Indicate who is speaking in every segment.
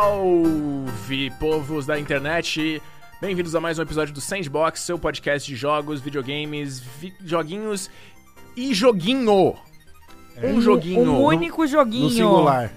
Speaker 1: Salve, povos da internet! Bem-vindos a mais um episódio do Sandbox, seu podcast de jogos, videogames, vi- joguinhos e joguinho. Um joguinho.
Speaker 2: Um único joguinho.
Speaker 3: No singular.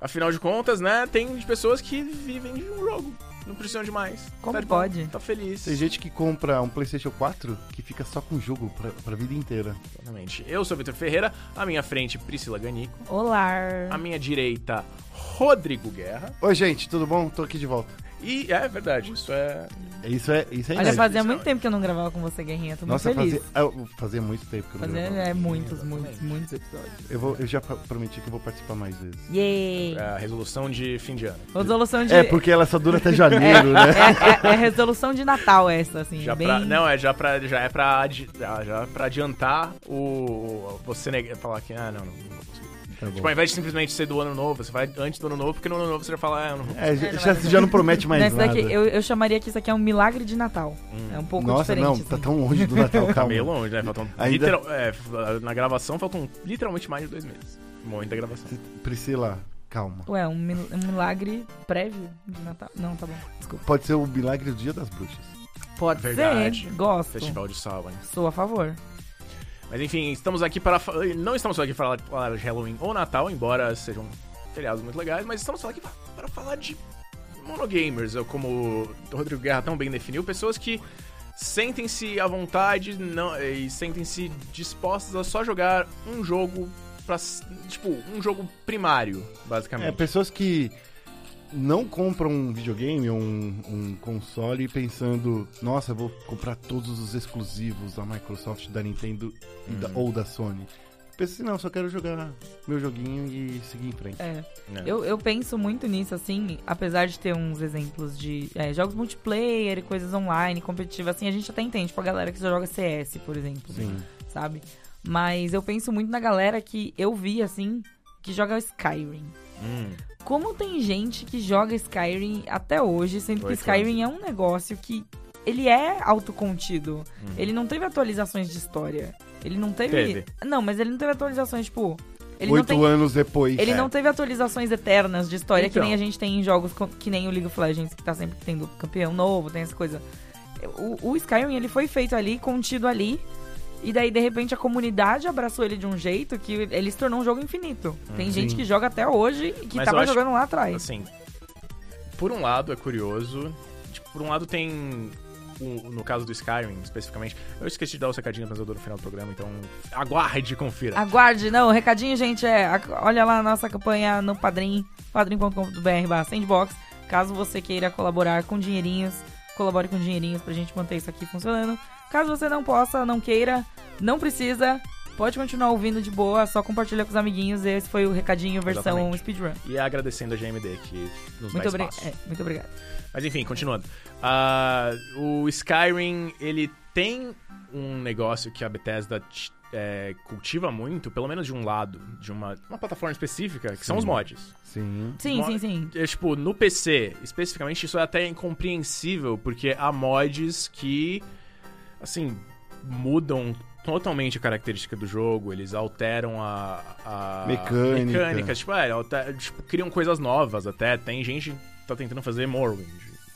Speaker 1: Afinal de contas, né? Tem pessoas que vivem de um jogo. Não precisam de mais.
Speaker 2: Como
Speaker 1: tá de bom,
Speaker 2: pode?
Speaker 1: Tá feliz.
Speaker 3: Tem gente que compra um PlayStation 4 que fica só com o jogo pra, pra vida inteira.
Speaker 1: Exatamente. Eu sou Vitor Ferreira, à minha frente, Priscila Ganico, à
Speaker 2: Olá.
Speaker 1: minha direita, Rodrigo Guerra.
Speaker 3: Oi, gente, tudo bom? Tô aqui de volta.
Speaker 1: E é verdade, isso é.
Speaker 3: Isso é isso é
Speaker 2: Olha,
Speaker 3: inédito.
Speaker 2: fazia muito tempo que eu não gravava com você, Guerrinha. Tô muito
Speaker 3: Nossa,
Speaker 2: feliz.
Speaker 3: fazia, é, eu- fazia muito tempo que eu não
Speaker 2: Fazia,
Speaker 3: gravava.
Speaker 2: é, muitos, muitos, muitos episódios.
Speaker 3: Eu, vou, eu já pa- prometi que eu vou participar mais vezes.
Speaker 2: Yay!
Speaker 1: é a resolução de fim de ano.
Speaker 2: Resolução de.
Speaker 3: É, porque ela só dura até janeiro,
Speaker 2: É,
Speaker 3: né?
Speaker 2: é- é resolução de Natal essa, assim.
Speaker 1: Já
Speaker 2: bem...
Speaker 1: pra- não, é já, pra, já é pra, adi- já, já pra adiantar o. Você nega- falar que, ah, não, não, não vou conseguir.
Speaker 3: Tá bom.
Speaker 1: Tipo, ao invés de simplesmente ser do ano novo, você vai antes do ano novo, porque no ano novo você já fala, ah, eu não vou.
Speaker 3: É, já,
Speaker 2: não
Speaker 3: já-
Speaker 2: vai-
Speaker 3: já não promete
Speaker 2: Não,
Speaker 3: mais
Speaker 2: isso
Speaker 3: nada.
Speaker 2: daqui, eu, eu chamaria que isso aqui é um milagre de Natal. É um pouco
Speaker 3: Hum. Nossa,
Speaker 2: diferente.
Speaker 3: não,
Speaker 2: assim.
Speaker 3: tá tão longe do Natal,
Speaker 1: Tá
Speaker 3: calma.
Speaker 1: meio longe, né? Faltam.
Speaker 3: Ainda-
Speaker 1: literal- é, f- na gravação faltam literalmente mais de dois meses. Momento da gravação.
Speaker 3: Priscila, calma.
Speaker 2: Ué, um, mil- um milagre prévio de Natal. Não, tá bom. Desculpa.
Speaker 3: Pode ser o milagre do Dia das Bruxas.
Speaker 2: Pode
Speaker 1: Verdade.
Speaker 2: ser. Gosto.
Speaker 1: Festival de Salva, né?
Speaker 2: Sou a favor.
Speaker 1: Mas enfim, estamos aqui para. fa- eh, Não estamos aqui para falar de Halloween ou Natal, embora sejam feriados muito legais, mas estamos aqui para falar de monogamers, ou como o Rodrigo Guerra tão bem definiu, pessoas que sentem-se à vontade não, eh, e sentem-se dispostas a só jogar um jogo para tipo, um jogo primário,
Speaker 3: É,
Speaker 1: basicamente.
Speaker 3: pessoas que não compram um videogame ou um, um console pensando, nossa, eu vou comprar todos os exclusivos da Microsoft, da Nintendo e da-
Speaker 2: Uhum.
Speaker 3: ou da Sony. Pensa assim, não, eu só quero jogar meu joguinho e seguir em frente.
Speaker 2: É.
Speaker 1: né?
Speaker 2: Eu, eu penso muito nisso, assim, apesar de ter uns exemplos de é, jogos multiplayer e coisas online, competitivas, assim, a gente até entende, tipo, a galera que só joga CS, por exemplo,
Speaker 3: Sim.
Speaker 2: sabe? Mas eu penso muito na galera que eu vi, assim, que joga Skyrim.
Speaker 1: Hum.
Speaker 2: Como tem gente que joga Skyrim até hoje, sendo que
Speaker 1: Pois é.
Speaker 2: Skyrim é um negócio que ele é autocontido. Ele não teve atualizações de história. Ele não teve...
Speaker 1: Uhum. Teve.
Speaker 2: Não, mas ele não teve atualizações, tipo... Ele não
Speaker 3: Oito
Speaker 2: tem
Speaker 3: anos depois.
Speaker 2: ele
Speaker 3: É.
Speaker 2: não teve atualizações eternas de história, que
Speaker 1: Então.
Speaker 2: nem a gente tem em jogos co- que nem o League of Legends, que tá sempre tendo campeão novo, tem essa coisa. O, o Skyrim, ele foi feito ali, contido ali, e daí, de repente, a comunidade abraçou ele de um jeito que ele se tornou um jogo infinito. Tem gente
Speaker 3: Sim.
Speaker 2: que joga até hoje e que
Speaker 1: Uhum. Mas eu
Speaker 2: tava
Speaker 1: acho-
Speaker 2: jogando lá atrás.
Speaker 1: Assim, por um lado é curioso, tipo, por um lado tem. o- No caso do Skyrim, especificamente, eu esqueci de dar o recadinho, mas eu dou no final do programa, então aguarde e
Speaker 2: Ah.
Speaker 1: confira.
Speaker 2: Aguarde, não, o recadinho, gente, é. a- olha lá a nossa campanha no Padrim, padrim.com.br barra sandbox. Caso você queira colaborar com dinheirinhos, colabore com dinheirinhos pra gente manter isso aqui funcionando. Caso você não possa, não queira, não precisa, pode continuar ouvindo de boa, só compartilha com os amiguinhos. Esse foi o recadinho versão
Speaker 1: Exatamente.
Speaker 2: speedrun.
Speaker 1: E é agradecendo a GMD que nos
Speaker 2: Muito,
Speaker 1: dá
Speaker 2: obri-
Speaker 1: espaço.
Speaker 2: é, muito obrigado.
Speaker 1: Mas enfim, continuando. Ah, o Skyrim, ele tem um negócio que a Bethesda t- é, cultiva muito, pelo menos de um lado, de uma, uma plataforma específica, que são
Speaker 3: Sim.
Speaker 1: os mods.
Speaker 3: Sim.
Speaker 2: Sim,
Speaker 1: Mo-
Speaker 2: sim, sim.
Speaker 1: É, tipo, no PC, especificamente, isso é até incompreensível, porque há mods que, assim, mudam totalmente a característica do jogo, eles alteram a... a
Speaker 3: Mecânica.
Speaker 1: mecânica, Tipo, é, alter- tipo, criam coisas novas até. Tem gente que tá tentando fazer Morrowind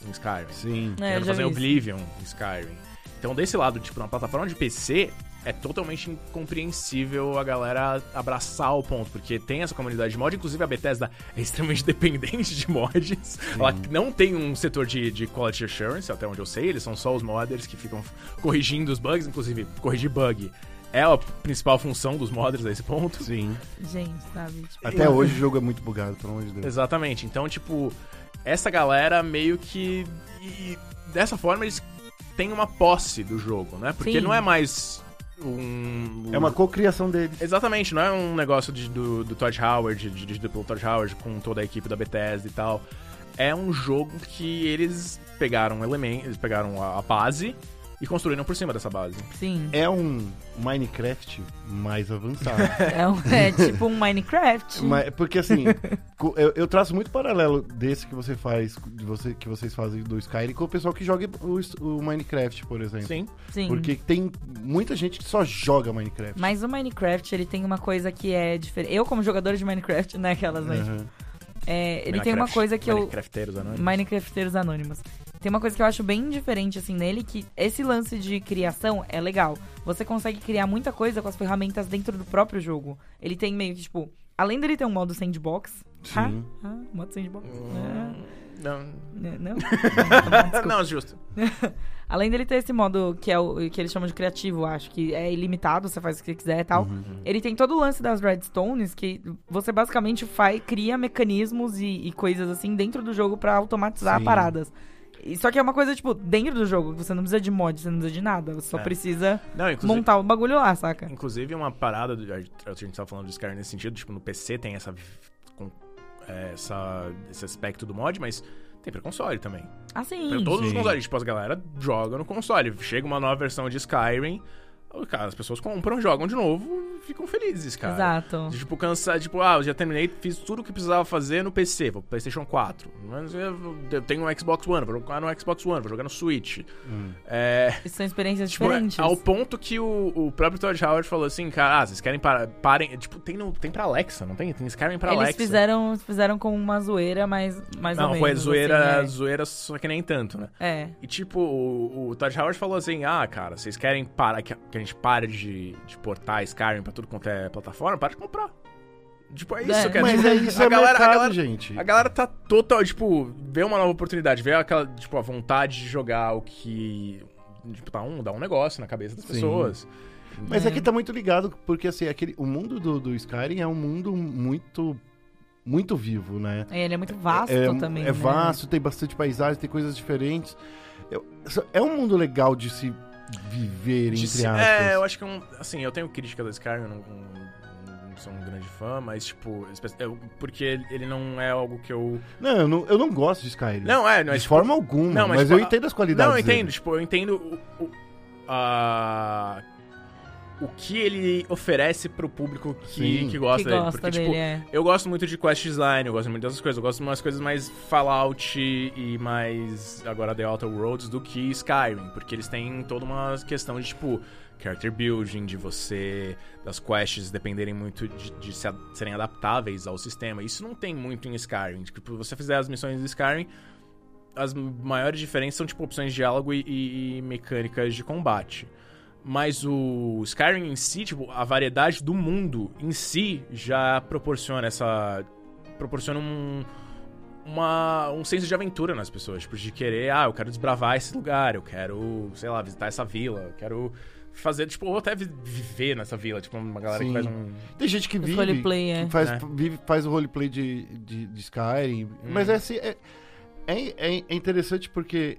Speaker 1: em Skyrim.
Speaker 3: Sim.
Speaker 2: É, eu
Speaker 1: tentando
Speaker 2: já
Speaker 1: fazer um
Speaker 2: vi isso.
Speaker 1: Oblivion em Skyrim. Então, desse lado, tipo, na plataforma de PC... É totalmente incompreensível a galera abraçar o ponto, porque tem essa comunidade de mod, inclusive a Bethesda é extremamente dependente de mods. Ela não tem um setor de, de quality assurance, até onde eu sei, eles são só os modders que ficam corrigindo os bugs, inclusive corrigir bug é a principal função dos modders a esse ponto.
Speaker 3: Sim.
Speaker 2: Gente, sabe? tipo,
Speaker 3: Até hoje o jogo é muito bugado, pelo amor de
Speaker 2: Uhum.
Speaker 3: Deus.
Speaker 1: Exatamente. Então, tipo, essa galera meio que. e- e dessa forma eles têm uma posse do jogo, né? Porque
Speaker 2: Sim.
Speaker 1: não é mais um.
Speaker 3: É uma cocriação dele.
Speaker 1: Exatamente, não é um negócio de- do, do Todd Howard, dirigido pelo Todd Howard, com toda a equipe da Bethesda e tal. É um jogo que eles pegaram elementos, eles pegaram a, a base e construíram por cima dessa base.
Speaker 2: Sim.
Speaker 3: É um Minecraft mais avançado.
Speaker 2: É, um- é tipo um Minecraft.
Speaker 3: Mas, porque assim, co- eu, eu traço muito paralelo desse que você faz, de você, que vocês fazem do Skyrim com o pessoal que joga o, s- o Minecraft, por exemplo.
Speaker 1: Sim.
Speaker 2: Sim.
Speaker 3: Porque tem muita gente que só joga Minecraft.
Speaker 2: Mas o Minecraft, ele tem uma coisa que é diferente. Eu, como jogadora de Minecraft, né? Aquelas, né?
Speaker 3: Uhum.
Speaker 2: É, ele
Speaker 1: Minecraft-
Speaker 2: tem uma coisa que eu.
Speaker 1: Minecrafteiros é, anônimos.
Speaker 2: Minecrafteiros Anônimos. Tem uma coisa que eu acho bem diferente, assim, nele, que esse lance de criação é legal. Você consegue criar muita coisa com as ferramentas dentro do próprio jogo. Ele tem meio que, tipo, além dele ter um modo sandbox. Ah,
Speaker 3: Sim.
Speaker 2: ah, modo sandbox. Ah,
Speaker 1: Hum, Não.
Speaker 2: né, não.
Speaker 1: Não, justo.
Speaker 2: Além dele ter esse modo que é o que eles chamam de criativo, acho que é ilimitado, você faz o que você quiser e tal.
Speaker 1: Uhum,
Speaker 2: Ele tem todo o lance das redstones que você basicamente faz, cria mecanismos e, e coisas assim dentro do jogo pra automatizar
Speaker 3: Sim.
Speaker 2: paradas. E- Só que é uma coisa, tipo, dentro do jogo, você não precisa de mod, você não precisa de nada, você só
Speaker 1: É.
Speaker 2: precisa
Speaker 1: Não, inclusive,
Speaker 2: montar o bagulho lá, saca?
Speaker 1: Inclusive, uma parada, do- a a gente tava falando do Skyrim nesse sentido, tipo, no PC tem essa, com- é, essa- esse aspecto do mod, mas tem pra console também.
Speaker 2: Assim.
Speaker 1: Pra todos os
Speaker 3: Sim.
Speaker 1: consoles, tipo, as galera joga no console. Chega uma nova versão de Skyrim, o cara, as pessoas compram, jogam de novo e ficam felizes, cara.
Speaker 2: Exato.
Speaker 1: Tipo, cansar, tipo, ah, eu já terminei, fiz tudo o que precisava fazer no PC, vou pro PlayStation 4. Mas eu eu tenho um Xbox One, vou jogar no Xbox One, vou jogar no Switch. É,
Speaker 2: Isso são experiências
Speaker 1: Tipo,
Speaker 2: diferentes.
Speaker 1: ao ponto que o, o próprio Todd Howard falou assim, cara, ah, vocês querem parar, parem, tipo, tem, no, tem pra Alexa, não tem? Tem Skyrim pra
Speaker 2: Eles
Speaker 1: Alexa.
Speaker 2: fizeram, fizeram com uma zoeira, mas mais ou
Speaker 1: não,
Speaker 2: menos.
Speaker 1: foi
Speaker 2: assim,
Speaker 1: zoeira,
Speaker 2: é.
Speaker 1: zoeira, só que nem tanto, né?
Speaker 2: é.
Speaker 1: E tipo, o, o Todd Howard falou assim, ah, cara, vocês querem parar, que, a- que a gente pare de, de portar Skyrim pra tudo quanto é plataforma? Para de comprar. Tipo, é isso,
Speaker 2: É.
Speaker 1: cara.
Speaker 3: Mas é isso, é mercado,
Speaker 1: a galera,
Speaker 3: gente.
Speaker 1: a galera tá total, tipo, vê uma nova oportunidade, vê aquela, tipo, a vontade de jogar o que, tipo, tá um, dá um negócio na cabeça das
Speaker 3: Sim.
Speaker 1: pessoas.
Speaker 3: Mas
Speaker 2: É.
Speaker 3: aqui tá muito ligado, porque assim, aquele, o mundo do, do Skyrim é um mundo muito, muito vivo, né?
Speaker 2: É, Ele é muito vasto
Speaker 3: é,
Speaker 2: também.
Speaker 3: é
Speaker 2: né?
Speaker 3: vasto, tem bastante paisagem, tem coisas diferentes. Eu- É um mundo legal de se viver,
Speaker 1: De
Speaker 3: entre
Speaker 1: se-
Speaker 3: aspas.
Speaker 1: É, eu acho que é um. Assim, eu tenho crítica da Skyrim, eu não, não- não sou um grande fã, mas, tipo, espe- eu- porque ele não é algo que eu.
Speaker 3: Não, eu não, eu não gosto de Skyrim.
Speaker 1: Não, é, não é.
Speaker 3: de
Speaker 1: tipo,
Speaker 3: forma alguma,
Speaker 1: não, mas,
Speaker 3: mas,
Speaker 1: tipo,
Speaker 3: eu
Speaker 1: a-
Speaker 3: entendo as qualidades
Speaker 1: não, eu entendo,
Speaker 3: dele.
Speaker 1: tipo, eu entendo o. o a- o que ele oferece pro público que,
Speaker 3: Sim.
Speaker 1: que
Speaker 2: que
Speaker 1: gosta dele.
Speaker 2: gosta
Speaker 1: porque,
Speaker 2: dele,
Speaker 1: tipo,
Speaker 2: é.
Speaker 1: eu gosto muito de quest design, eu gosto muito dessas coisas. Eu gosto de umas coisas mais Fallout e mais agora The Outer Worlds do que Skyrim, porque eles têm toda uma questão de tipo character building, de você das quests dependerem muito de, de se a- serem adaptáveis ao sistema. Isso não tem muito em Skyrim. Tipo, se você fizer as missões de Skyrim, as maiores diferenças são tipo opções de diálogo e- e- e mecânicas de combate. Mas o Skyrim em si, tipo, a variedade do mundo em si já proporciona essa. proporciona um. Uma, um senso de aventura nas pessoas, tipo, de querer, ah, eu quero desbravar esse lugar, eu quero, sei lá, visitar essa vila, eu quero fazer, tipo, ou até vi- viver nessa vila, tipo, uma galera que
Speaker 3: Sim.
Speaker 1: faz um.
Speaker 3: Tem gente que
Speaker 2: Os
Speaker 3: vive,
Speaker 2: roleplay, é.
Speaker 3: que faz,
Speaker 1: É. Hum.
Speaker 3: vive, faz o roleplay de, de, de Skyrim. Mas é, assim, é, é, é interessante porque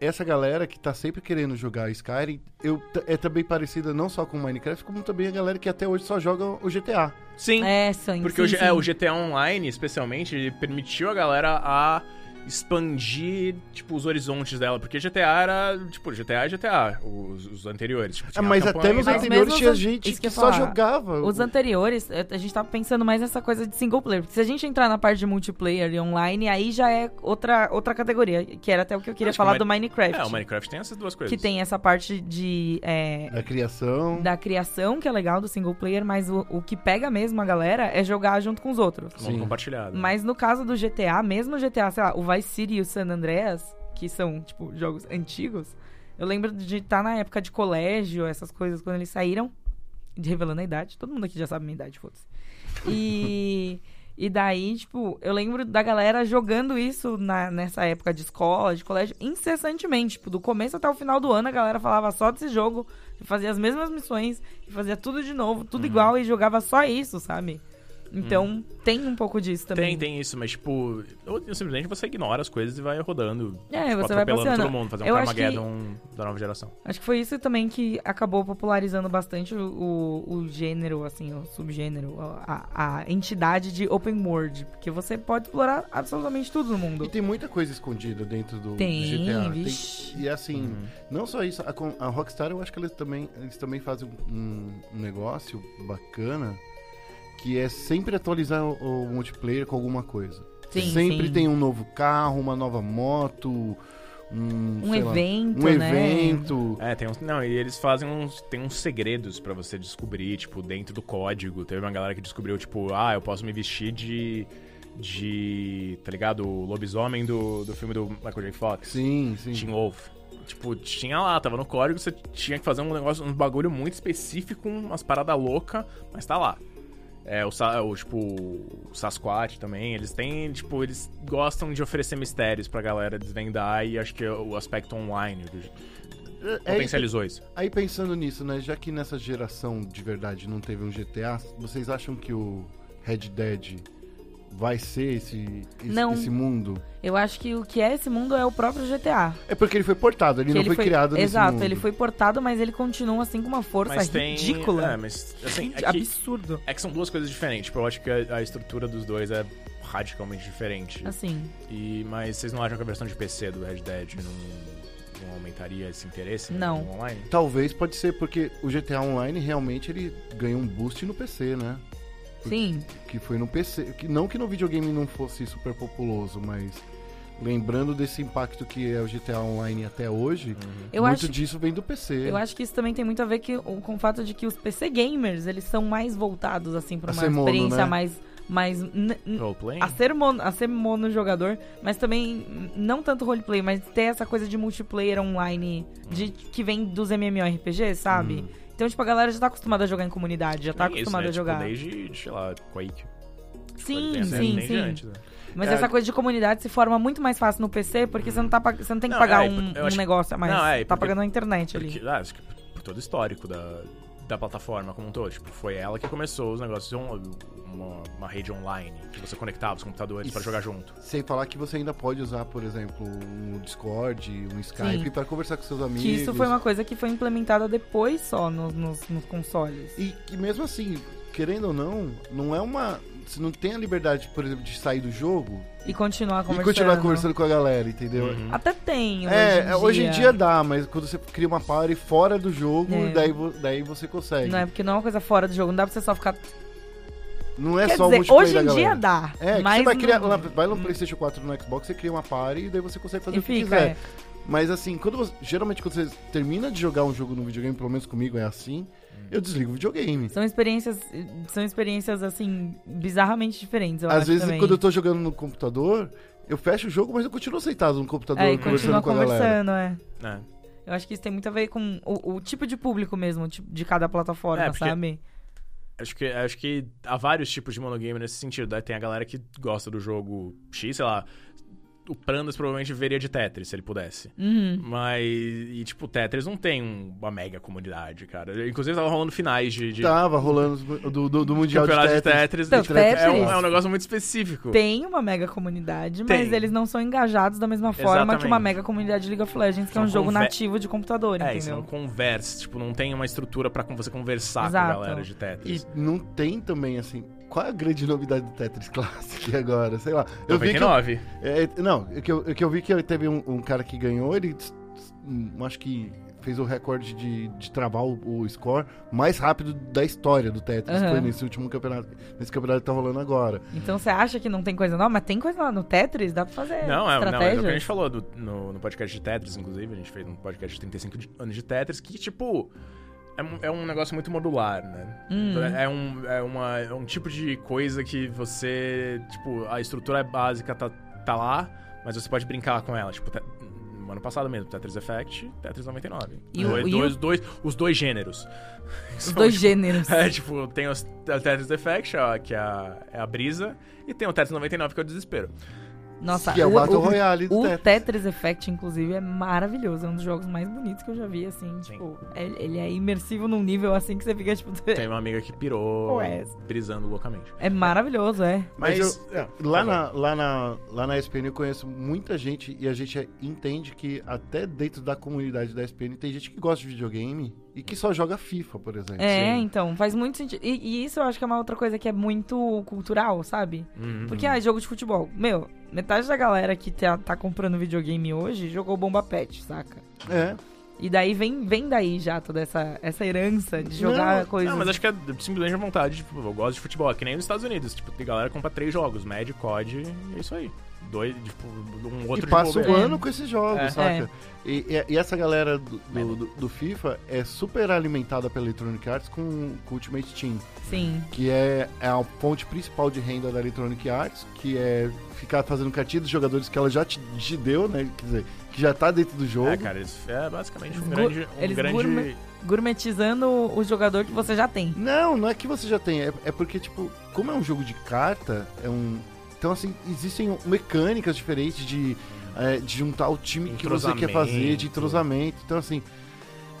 Speaker 3: essa galera que tá sempre querendo jogar Skyrim eu, t- é também parecida não só com Minecraft, como também a galera que até hoje só joga o GTA.
Speaker 1: Sim,
Speaker 2: É, sim,
Speaker 1: Porque
Speaker 2: sim,
Speaker 1: o, G-
Speaker 2: sim.
Speaker 1: é, o GTA Online, especialmente, ele permitiu a galera a expandir, tipo, os horizontes dela. Porque GTA era, tipo, GTA é GTA, os, os anteriores. Tipo,
Speaker 3: Ah,
Speaker 1: tinha
Speaker 3: mas
Speaker 1: a
Speaker 3: até
Speaker 1: campanha,
Speaker 3: nos
Speaker 1: tá?
Speaker 2: Mas
Speaker 3: anteriores
Speaker 2: mesmo
Speaker 3: tinha
Speaker 2: os an-
Speaker 3: gente
Speaker 2: isso
Speaker 3: que,
Speaker 2: que eu ia
Speaker 3: só
Speaker 2: falar.
Speaker 1: é
Speaker 3: jogava.
Speaker 2: Os anteriores, a gente tava pensando mais nessa coisa de single player. Porque se a gente entrar na parte de multiplayer e online, aí já é outra, outra categoria, que era até o que eu queria
Speaker 1: Acho que
Speaker 2: falar
Speaker 1: o
Speaker 2: do Minecraft.
Speaker 1: É, o Minecraft tem essas duas coisas.
Speaker 2: que tem essa parte de. é,
Speaker 3: Da criação.
Speaker 2: da criação, que é legal, do single player, mas o, o que pega mesmo a galera é jogar junto com os outros.
Speaker 1: Mundo
Speaker 3: Sim.
Speaker 1: compartilhado.
Speaker 2: Mas no caso do GTA, mesmo o GTA, sei lá, o Vice City e o San Andreas, que são, tipo, jogos antigos, eu lembro de estar na época de colégio, essas coisas, quando eles saíram, de revelando a idade. Todo mundo aqui já sabe a minha idade, foda-se. E. E daí, tipo, eu lembro da galera jogando isso na- nessa época de escola, de colégio, incessantemente. Tipo, do começo até o final do ano, a galera falava só desse jogo, fazia as mesmas missões, fazia tudo de novo, tudo
Speaker 1: Uhum.
Speaker 2: igual, e jogava só isso, sabe? Então, tem um pouco disso também.
Speaker 1: Tem, tem isso, mas tipo, ou simplesmente você ignora as coisas e vai rodando.
Speaker 2: É,
Speaker 1: tipo,
Speaker 2: você vai
Speaker 1: atropelando
Speaker 2: passeando.
Speaker 1: todo mundo, fazer um
Speaker 2: Eu acho
Speaker 1: Carmageddon da nova geração.
Speaker 2: Acho que foi isso também que acabou popularizando bastante o, o, o gênero, assim, o subgênero, a, a entidade de open world. Porque você pode explorar absolutamente tudo no
Speaker 3: E
Speaker 2: mundo.
Speaker 3: tem muita coisa escondida dentro do, do
Speaker 2: Tem,
Speaker 3: GTA. né? Tem-
Speaker 2: vixe.
Speaker 3: e assim, não só isso, a, com- a Rockstar eu acho que eles também, eles também fazem um, um negócio bacana que é sempre atualizar o, o multiplayer com alguma coisa.
Speaker 2: Sim,
Speaker 3: sempre
Speaker 2: sim.
Speaker 3: tem um novo carro, uma nova moto, um,
Speaker 2: Um
Speaker 3: sei lá,
Speaker 2: evento,
Speaker 3: um
Speaker 2: né?
Speaker 3: evento.
Speaker 1: É, tem uns. Não, e eles fazem uns. Tem uns segredos pra você descobrir, tipo, dentro do código. Teve uma galera que descobriu, tipo, ah, eu posso me vestir de. de, tá ligado? O lobisomem do, do filme do Michael J. Fox.
Speaker 3: Sim, sim.
Speaker 1: Teen Wolf. Tipo, tinha lá, tava no código, você tinha que fazer um negócio, um bagulho muito específico, umas paradas loucas, mas tá lá. É, o, Sa- o, tipo, o Sasquatch também, eles têm, tipo, eles gostam de oferecer mistérios pra galera desvendar e acho que é o aspecto online
Speaker 3: É,
Speaker 1: potencializou isso.
Speaker 3: Aí pensando nisso, né? Já que nessa geração de verdade não teve um GTA, vocês acham que o Red Dead vai ser esse, esse,
Speaker 2: Não.
Speaker 3: esse mundo?
Speaker 2: Eu acho que o que é esse mundo é o próprio GTA.
Speaker 3: É porque ele foi portado, ele
Speaker 2: Que
Speaker 3: não foi, criado nesse
Speaker 2: Exato,
Speaker 3: mundo.
Speaker 2: ele foi portado, mas ele continua assim com uma força
Speaker 1: Mas tem. É,
Speaker 2: ridícula.
Speaker 1: mas assim, é que,
Speaker 2: Absurdo.
Speaker 1: é que são duas coisas diferentes. Tipo, eu acho que a, a estrutura dos dois é radicalmente diferente.
Speaker 2: Assim,
Speaker 1: E, mas vocês não acham que a versão de PC do Red Dead não, não aumentaria esse interesse né, no
Speaker 2: Não.
Speaker 1: online?
Speaker 3: Talvez pode ser porque o GTA Online realmente ele ganhou um boost no PC, né?
Speaker 2: sim.
Speaker 3: Que foi no PC, que não que no videogame não fosse super populoso, mas lembrando desse impacto que é o GTA Online até hoje,
Speaker 2: Eu
Speaker 3: muito
Speaker 2: acho-
Speaker 3: disso vem do PC.
Speaker 2: Eu acho que isso também tem muito a ver que, o- com o fato de que os PC gamers, eles são mais voltados, assim, pra
Speaker 3: A
Speaker 2: uma
Speaker 3: ser mono,
Speaker 2: experiência
Speaker 3: né?
Speaker 2: mais... mais n- n-
Speaker 1: Roleplay?
Speaker 2: a ser, mono, a ser mono jogador, mas também n- não tanto roleplay, mas ter essa coisa de multiplayer online de,
Speaker 3: Hum.
Speaker 2: que vem dos MMORPG, sabe? Então, tipo, a galera já tá acostumada a jogar em comunidade, já tá
Speaker 1: É isso,
Speaker 2: acostumada
Speaker 1: né?
Speaker 2: a jogar.
Speaker 1: Tipo, desde, sei lá, Quake.
Speaker 2: sim,
Speaker 1: Advanced,
Speaker 2: sim,
Speaker 1: nem
Speaker 2: sim.
Speaker 1: diante, né?
Speaker 2: Mas
Speaker 3: É,
Speaker 2: essa coisa de comunidade se forma muito mais fácil no PC, porque você, não tá, pag- você não tem que
Speaker 1: Não,
Speaker 2: pagar
Speaker 1: é,
Speaker 2: um,
Speaker 1: eu
Speaker 2: um
Speaker 1: acho-
Speaker 2: negócio a mais.
Speaker 1: Não, é,
Speaker 2: tá
Speaker 1: porque-
Speaker 2: pagando a internet ali.
Speaker 1: Porque, ah, acho que por todo o histórico da, da plataforma como um todo. Tipo, foi ela que começou os negócios, on- uma, uma rede online, que você conectava os computadores pra
Speaker 3: Isso.
Speaker 1: jogar junto.
Speaker 3: Sem falar que você ainda pode usar, por exemplo, um Discord, um Skype pra conversar com seus amigos.
Speaker 2: Que isso foi uma coisa que foi implementada depois só no- nos, nos consoles.
Speaker 3: E que mesmo assim, querendo ou não, não é uma. Você não tem a liberdade, por exemplo, de sair do jogo
Speaker 2: E continuar
Speaker 3: e
Speaker 2: conversando.
Speaker 3: continuar conversando com a galera, entendeu?
Speaker 1: Uhum.
Speaker 2: Até tem, hoje
Speaker 3: É,
Speaker 2: em
Speaker 3: é,
Speaker 2: dia.
Speaker 3: hoje em dia dá, mas quando você cria uma party fora do jogo,
Speaker 2: É.
Speaker 3: daí, vo- daí você consegue.
Speaker 2: Não é porque não é uma coisa fora do jogo, não dá pra você só ficar.
Speaker 3: Não é
Speaker 2: Quer
Speaker 3: só o
Speaker 2: dizer,
Speaker 3: multiplayer
Speaker 2: hoje em
Speaker 3: da
Speaker 2: dia
Speaker 3: galera.
Speaker 2: dá.
Speaker 3: É, que
Speaker 2: mas
Speaker 3: você vai criar.
Speaker 2: não-
Speaker 3: lá- Vai no PlayStation 4 no Xbox, você cria uma party e daí você consegue fazer
Speaker 2: E
Speaker 3: o que
Speaker 2: fica.
Speaker 3: quiser.
Speaker 2: é.
Speaker 3: Mas assim, quando você- geralmente quando você termina de jogar um jogo no videogame, pelo menos comigo é assim,
Speaker 1: Hum.
Speaker 3: eu desligo o videogame.
Speaker 2: São experiências. São experiências, assim, bizarramente diferentes. Eu
Speaker 3: Às
Speaker 2: acho
Speaker 3: vezes,
Speaker 2: também.
Speaker 3: quando eu tô jogando no computador, eu fecho o jogo, mas eu continuo sentado no computador
Speaker 2: É, e continua
Speaker 3: conversando com a galera.
Speaker 2: conversando, é.
Speaker 1: É.
Speaker 2: Eu acho que isso tem muito a ver com o, o tipo de público mesmo, o tipo de cada plataforma,
Speaker 1: É, porque-
Speaker 2: sabe?
Speaker 1: Acho que, acho que há vários tipos de monogame nesse sentido. Daí tem a galera que gosta do jogo X, sei lá. O Prandas provavelmente veria de Tetris se ele pudesse.
Speaker 2: Uhum.
Speaker 1: Mas, e tipo, o Tetris não tem um- uma mega comunidade, cara. Inclusive, tava rolando finais de, de
Speaker 3: Tava rolando os- do, do, do Mundial Tá, de
Speaker 1: campeonato de
Speaker 3: Tetris.
Speaker 1: Tetris.
Speaker 2: Então,
Speaker 1: do Tetris. É, um,
Speaker 2: Tetris-
Speaker 1: é um negócio muito específico.
Speaker 2: Tem uma mega comunidade, mas
Speaker 1: Tem.
Speaker 2: eles não são engajados da mesma forma
Speaker 1: Exatamente.
Speaker 2: que uma mega comunidade de League of Legends, que é um
Speaker 1: São
Speaker 2: jogo
Speaker 1: conver-
Speaker 2: nativo de computador,
Speaker 1: É, isso não
Speaker 2: entendeu?
Speaker 1: conversa. Tipo, não tem uma estrutura pra você conversar
Speaker 2: Exato.
Speaker 1: com a galera de Tetris.
Speaker 3: E não tem também, assim, qual é a grande novidade do Tetris Classic agora? Sei lá. Eu vi que eu-
Speaker 1: 99.
Speaker 3: É, não, é que eu, é que eu vi que teve um, um cara que ganhou, ele s- s- hum, acho que fez o recorde de, de travar o, o score mais rápido da história do Tetris.
Speaker 2: Aham.
Speaker 3: Foi nesse último campeonato, nesse campeonato que tá rolando agora.
Speaker 2: Então você acha que não tem coisa nova, mas tem coisa nova. No Tetris dá pra fazer
Speaker 1: Não, é, não, é o
Speaker 2: estratégia.
Speaker 1: que a gente falou do- no, no podcast de Tetris, inclusive. A gente fez um podcast de 35 de- anos de Tetris, que, tipo, é, um- é um negócio muito modular, né?
Speaker 2: Hum.
Speaker 1: É, um, é, uma, é um tipo de coisa que você. Tipo, a estrutura básica tá, tá lá, mas você pode brincar com ela. Tipo, te- no ano passado mesmo, Tetris Effect, Tetris 99.
Speaker 2: E o-
Speaker 1: dois,
Speaker 2: e o-
Speaker 1: dois, dois- os dois gêneros.
Speaker 2: Os dois gêneros.
Speaker 1: É, tipo, tem os, o Tetris Effect, ó, que é a, é a brisa, e tem o Tetris 99, que é o desespero.
Speaker 2: Nossa,
Speaker 3: que é o Battle Royale do
Speaker 2: o
Speaker 3: Tetris.
Speaker 2: Tetris Effect, inclusive, é maravilhoso. É um dos jogos mais bonitos que eu já vi, assim.
Speaker 1: Sim.
Speaker 2: Tipo, é- ele é imersivo num nível assim que você fica, tipo,
Speaker 1: Tem uma amiga que pirou,
Speaker 2: Ué.
Speaker 1: brisando loucamente.
Speaker 2: é maravilhoso, é.
Speaker 3: Mas
Speaker 1: é,
Speaker 3: Lá
Speaker 1: tá bom.
Speaker 3: na, lá, na, lá na SPN eu conheço muita gente e a gente entende que até dentro da comunidade da SPN tem gente que gosta de videogame e que só joga FIFA, por exemplo.
Speaker 2: É,
Speaker 1: Sim.
Speaker 2: então, faz muito sentido. E, e isso eu acho que é uma outra coisa que é muito cultural, sabe?
Speaker 1: Uhum.
Speaker 2: Porque, ah, jogo de futebol. Meu, metade da galera que tá, tá comprando videogame hoje jogou bomba pet, saca?
Speaker 3: É.
Speaker 2: E daí vem, vem daí já toda essa, essa herança de jogar
Speaker 3: Não,
Speaker 2: coisas.
Speaker 1: Não, mas acho que é simplesmente a vontade. Tipo, eu gosto de futebol, é que nem nos Estados Unidos. Tipo, tem galera que compra três jogos: Magic, COD, e é isso aí. dois, tipo, um outro
Speaker 3: e passa
Speaker 1: de
Speaker 3: um
Speaker 1: bobeira.
Speaker 3: ano com esses jogos,
Speaker 1: É.
Speaker 3: saca? E, e- e essa galera do, do, do- do FIFA é super alimentada pela Electronic Arts com, com Ultimate Team,
Speaker 2: Sim.
Speaker 3: que é, é a fonte principal de renda da Electronic Arts, que é ficar fazendo cartinha dos jogadores que ela já te, te deu, né? Quer dizer, que já tá dentro do jogo.
Speaker 1: É, cara, isso é basicamente um
Speaker 2: Gu-
Speaker 1: grande. Um
Speaker 2: eles
Speaker 1: grande...
Speaker 2: gourmet- Gourmetizando o jogador que você já tem.
Speaker 3: Não, não é que você já tem. É, é porque, tipo, como é um jogo de carta, é um. Então, assim, existem mecânicas diferentes de, é, de juntar o time que você quer fazer,
Speaker 1: Entrosamento.
Speaker 3: de entrosamento. Então, assim,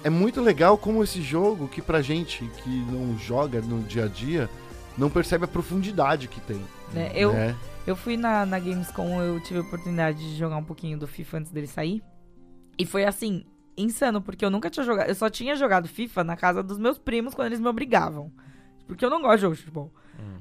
Speaker 3: é muito legal como esse jogo, que pra gente que não joga no dia a dia, não percebe a profundidade que tem.
Speaker 2: né? Eu,
Speaker 3: né?
Speaker 2: eu fui na, na Gamescom, eu tive a oportunidade de jogar um pouquinho do FIFA antes dele sair. E foi assim, insano, porque eu nunca tinha jogado. Eu só tinha jogado FIFA na casa dos meus primos quando eles me obrigavam. Porque eu não gosto de jogo de futebol.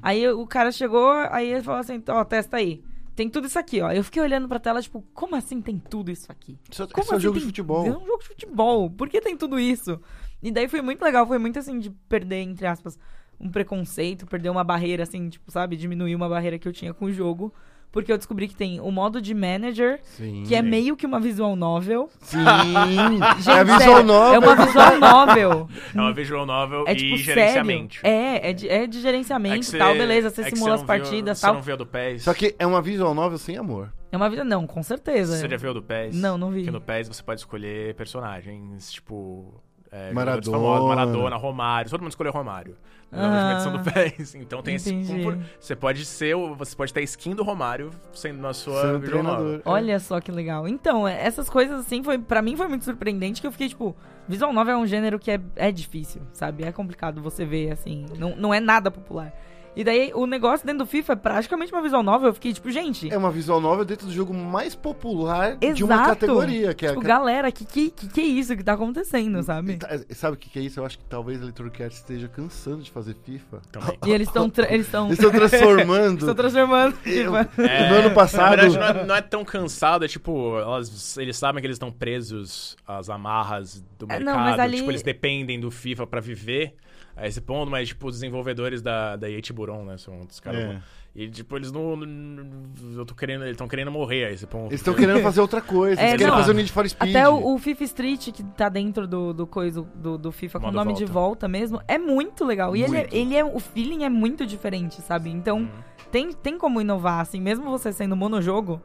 Speaker 2: Aí o cara chegou, aí ele falou assim: ó, testa aí. Tem tudo isso aqui, ó. Eu fiquei olhando pra tela, tipo, como assim tem tudo isso aqui?
Speaker 3: Isso,
Speaker 2: Como
Speaker 3: isso é um
Speaker 2: assim
Speaker 3: jogo de
Speaker 2: tem-
Speaker 3: futebol.
Speaker 2: É um jogo de futebol. Por que tem tudo isso? E daí foi muito legal, foi muito assim de perder, entre aspas, um preconceito, perder uma barreira, assim, tipo, sabe? Diminuir uma barreira que eu tinha com o jogo. Porque eu descobri que tem o modo de manager,
Speaker 3: Sim.
Speaker 2: que é meio que uma visual novel.
Speaker 3: Sim!
Speaker 1: Ah,
Speaker 3: é a
Speaker 2: Gente,
Speaker 3: visual
Speaker 2: sério,
Speaker 3: nova.
Speaker 2: É uma visual novel.
Speaker 1: É uma visual novel
Speaker 2: É
Speaker 1: e
Speaker 2: tipo sério.
Speaker 1: gerenciamento.
Speaker 2: É, é de, é de
Speaker 1: É
Speaker 2: gerenciamento
Speaker 1: que
Speaker 2: e tal,
Speaker 1: você-
Speaker 2: beleza. Você
Speaker 1: é que
Speaker 2: simula as
Speaker 1: não viu-
Speaker 2: partidas e
Speaker 1: Você
Speaker 2: tal.
Speaker 1: não viu a do PES.
Speaker 3: Só que é uma visual nova sem amor.
Speaker 2: É uma vida. Não, com certeza.
Speaker 1: Você já viu a do PES?
Speaker 2: é. Não, não vi.
Speaker 1: Porque no PES você pode escolher personagens, tipo... É,
Speaker 3: Maradona.
Speaker 1: jogadores famosos, Maradona, Romário. Todo mundo escolheu Romário. Na última
Speaker 2: Ah.
Speaker 1: edição do PES. Então tem esse...
Speaker 2: Entendi.
Speaker 1: compor- Você pode ser... o- Você pode ter a skin do Romário sendo na sua
Speaker 3: Sendo
Speaker 1: visual novel.
Speaker 3: um treinador.
Speaker 2: Olha só que legal. Então, é- essas coisas assim, foi para mim foi muito surpreendente que eu fiquei tipo, visual novel é um gênero que é, é difícil, sabe? É complicado você ver assim, não, não é nada popular. E daí o negócio dentro do FIFA é praticamente uma visual novel, eu fiquei tipo, gente,
Speaker 3: É uma visual nova dentro do jogo mais popular de uma
Speaker 2: Exato.
Speaker 3: categoria, que é a
Speaker 2: tipo, galera, que que que que é isso que tá acontecendo, sabe?
Speaker 3: Tá, Sabe o que, que é isso? Eu acho que talvez a Electronic Arts esteja cansando de fazer FIFA.
Speaker 1: Também.
Speaker 2: E eles estão eles estão
Speaker 3: Eles estão
Speaker 2: estão
Speaker 3: transformando.
Speaker 2: transformando
Speaker 3: é Eu-
Speaker 2: FIFA.
Speaker 1: É,
Speaker 3: No ano passado-
Speaker 1: Na verdade, não é, não é tão cansado, é tipo, elas- eles sabem que eles estão presos às amarras do
Speaker 2: É,
Speaker 1: mercado.
Speaker 2: não, mas ali-
Speaker 1: Tipo, eles dependem do FIFA pra viver a esse ponto, mas, tipo, os desenvolvedores da, da Yeti Buron, né? São os caras.
Speaker 3: É.
Speaker 1: E, tipo, eles não. não- eu tô querendo, eles estão querendo morrer a esse ponto.
Speaker 3: Eles estão querendo fazer outra coisa.
Speaker 2: É,
Speaker 3: Eles querem
Speaker 2: não.
Speaker 3: fazer o Need for Speed.
Speaker 2: Até o, o FIFA Street, que tá dentro do, do coisa do, do FIFA com o
Speaker 1: Modo
Speaker 2: nome de
Speaker 1: volta.
Speaker 2: volta mesmo, é muito legal. E ele, é-
Speaker 3: Muito.
Speaker 2: ele é. O feeling é muito diferente, sabe? Então, tem, tem como inovar, assim, mesmo você sendo monojogo,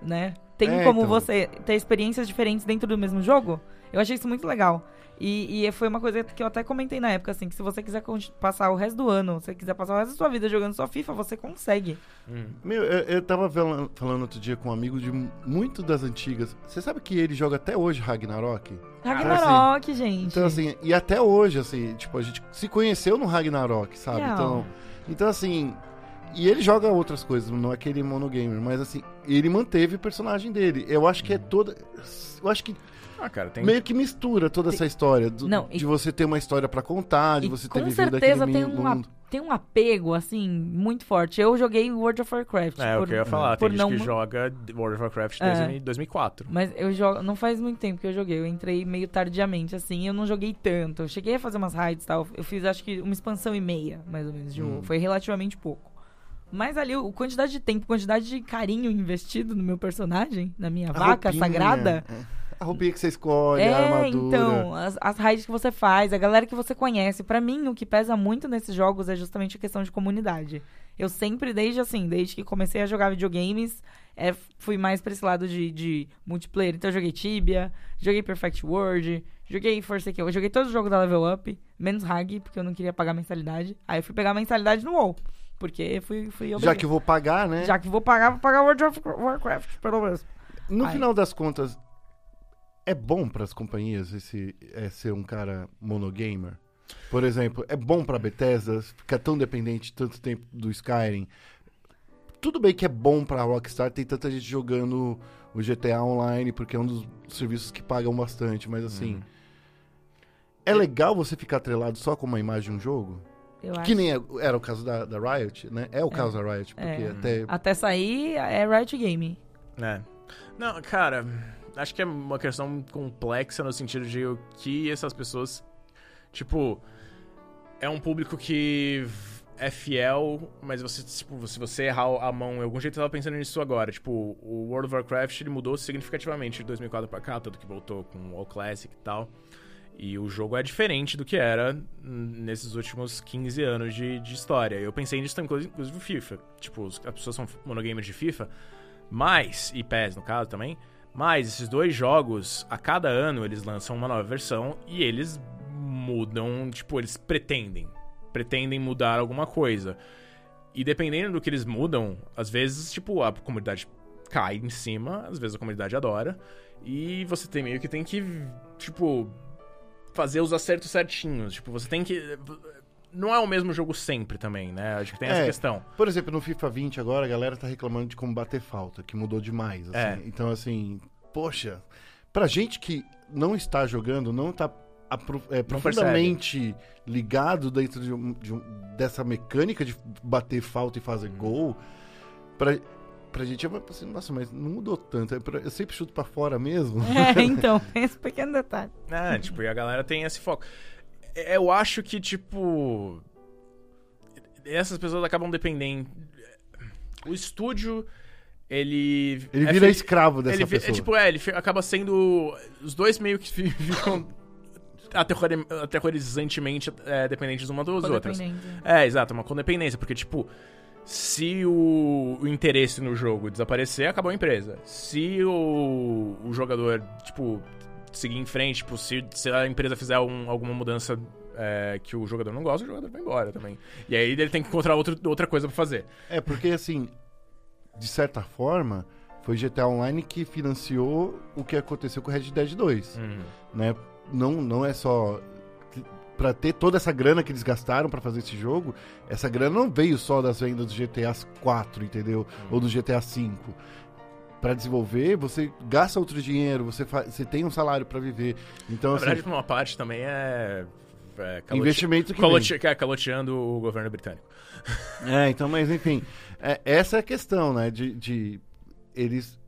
Speaker 2: né? Tem
Speaker 3: É,
Speaker 2: como
Speaker 3: então.
Speaker 2: você ter experiências diferentes dentro do mesmo jogo. Eu achei isso muito legal. E, e foi uma coisa que eu até comentei na época, assim, que se você quiser conti- passar o resto do ano, se você quiser passar o resto da sua vida jogando só FIFA, você consegue.
Speaker 1: Hum.
Speaker 3: Meu, eu, eu tava vel- falando outro dia com um amigo de muito das antigas. Você sabe que ele joga até hoje Ragnarok?
Speaker 2: Ragnarok, gente.
Speaker 3: Então, assim, e até hoje, assim, tipo, a gente se conheceu no Ragnarok, sabe?
Speaker 2: Real.
Speaker 3: Então, então, assim. E ele joga outras coisas, não é aquele monogamer, mas assim, ele manteve o personagem dele. Eu acho que é toda. Eu acho que
Speaker 1: Ah, cara, tem.
Speaker 3: meio que mistura toda essa história do-
Speaker 2: Não, e-
Speaker 3: de você ter uma história pra contar, de
Speaker 2: E
Speaker 3: você ter
Speaker 2: com
Speaker 3: vivido
Speaker 2: certeza
Speaker 3: aquele
Speaker 2: tem
Speaker 3: mundo.
Speaker 2: um, a- tem um apego, assim, muito forte. Eu joguei World of Warcraft.
Speaker 1: É, o
Speaker 2: por-
Speaker 1: que eu ia falar.
Speaker 2: por
Speaker 1: Tem gente
Speaker 2: não-
Speaker 1: que joga World of Warcraft
Speaker 2: É.
Speaker 1: desde 2004.
Speaker 2: Mas eu jogo. Não faz muito tempo que eu joguei. Eu entrei meio tardiamente, assim. Eu não joguei tanto. Eu cheguei a fazer umas raids e tal. Eu fiz, acho que, uma expansão e meia, mais ou menos, de
Speaker 3: Hum.
Speaker 2: WoW. Foi relativamente pouco. Mas ali, o quantidade de tempo, quantidade de carinho investido no meu personagem, na minha
Speaker 3: A
Speaker 2: vaca
Speaker 3: roupinha,
Speaker 2: sagrada.
Speaker 3: É. A roupinha que você escolhe,
Speaker 2: é,
Speaker 3: a armadura.
Speaker 2: então, as, as raids que você faz, a galera que você conhece. Pra mim, o que pesa muito nesses jogos é justamente a questão de comunidade. Eu sempre, desde assim, desde que comecei a jogar videogames, é, fui mais pra esse lado de, de multiplayer. Então, eu joguei Tibia, joguei Perfect World, joguei Forsaken, eu joguei todos os jogos da Level Up, menos Hag, porque eu não queria pagar mensalidade. Aí eu fui pegar a mensalidade no WoW, porque fui, fui
Speaker 3: Já
Speaker 2: obrigado.
Speaker 3: que eu vou pagar, né?
Speaker 2: Já que vou pagar, vou pagar World of Warcraft, pelo menos.
Speaker 3: No
Speaker 2: Ai.
Speaker 3: final das contas, é bom pras companhias esse é ser um cara monogamer? Por exemplo, é bom pra Bethesda ficar tão dependente tanto tempo do Skyrim? Tudo bem que é bom pra Rockstar, tem tanta gente jogando o GTA Online, porque é um dos serviços que pagam bastante, mas assim...
Speaker 2: Uhum.
Speaker 3: É legal você ficar atrelado só com uma imagem de um jogo?
Speaker 2: Eu
Speaker 3: Que
Speaker 2: acho.
Speaker 3: nem é- era o caso da, da Riot, né? É o caso da Riot, porque
Speaker 2: É.
Speaker 3: até...
Speaker 2: Até sair é Riot Game.
Speaker 1: É. Não, cara, acho que é uma questão complexa no sentido de o que essas pessoas. Tipo, é um público que v- é fiel, mas você, tipo, se você errar a mão em algum jeito, eu tava pensando nisso agora. Tipo, o World of Warcraft ele mudou significativamente de 2004 pra cá, tanto que voltou com o All Classic e tal. E o jogo é diferente do que era hum, nesses últimos 15 anos de, de história. Eu pensei nisso também, inclu- inclusive, no FIFA. Tipo, os- as pessoas são monogamers de FIFA, mas, e PES no caso também, mas esses dois jogos, a cada ano eles lançam uma nova versão e eles mudam, tipo, eles pretendem. Pretendem mudar alguma coisa. E dependendo do que eles mudam, às vezes, tipo, a comunidade cai em cima, às vezes a comunidade adora. E você tem meio que tem que, tipo, fazer os acertos certinhos. Tipo, você tem que. Não é o mesmo jogo sempre também, né? Acho que tem essa
Speaker 3: É.
Speaker 1: questão.
Speaker 3: Por exemplo, no FIFA 20 agora, a galera tá reclamando de como bater falta, que mudou demais. assim.
Speaker 1: É.
Speaker 3: Então, assim, poxa, pra gente que não está jogando, não tá apro- é, profundamente ligado dentro de um- de um- dessa mecânica de bater falta e fazer
Speaker 1: Uhum.
Speaker 3: gol, pra, pra gente é assim, nossa, mas não mudou tanto. é pra- Eu sempre chuto pra fora mesmo.
Speaker 2: É, então, tem esse pequeno detalhe.
Speaker 3: Uhum.
Speaker 1: É, tipo, e a galera tem esse foco. É, Eu acho que, tipo. Essas pessoas acabam dependendo. O estúdio, ele.
Speaker 3: Ele
Speaker 1: é
Speaker 3: vira
Speaker 1: fe-
Speaker 3: escravo dessa
Speaker 1: ele vi-
Speaker 3: pessoa.
Speaker 1: É, tipo, é, ele fi- acaba sendo. Os dois meio que fi- ficam aterrori- aterrorizantemente é, dependentes uma das outras.
Speaker 2: Codependente.
Speaker 1: É, exato, uma codependência, porque, tipo, se o, o interesse no jogo desaparecer, acabou a empresa. Se o, o jogador, tipo, seguir em frente, tipo, se, se a empresa fizer um- alguma mudança é, que o jogador não gosta, o jogador vai embora também. E aí ele tem que encontrar outro, outra coisa pra fazer.
Speaker 3: É, porque assim, de certa forma, foi GTA Online que financiou o que aconteceu com Red Dead
Speaker 1: Hum.
Speaker 3: 2, né? Não, não é só Pra ter toda essa grana que eles gastaram pra fazer esse jogo, essa grana não veio só das vendas do GTA 4, entendeu?
Speaker 1: Hum.
Speaker 3: Ou do GTA 5. Pra desenvolver, você gasta outro dinheiro, você, fa- você tem um salário pra viver. Então,
Speaker 1: Na
Speaker 3: assim,
Speaker 1: verdade, por uma parte também é. é calote-
Speaker 3: investimento que vem.
Speaker 1: calote- é, caloteando o governo britânico.
Speaker 3: É, então, mas enfim, é, essa é a questão, né? De, de eles.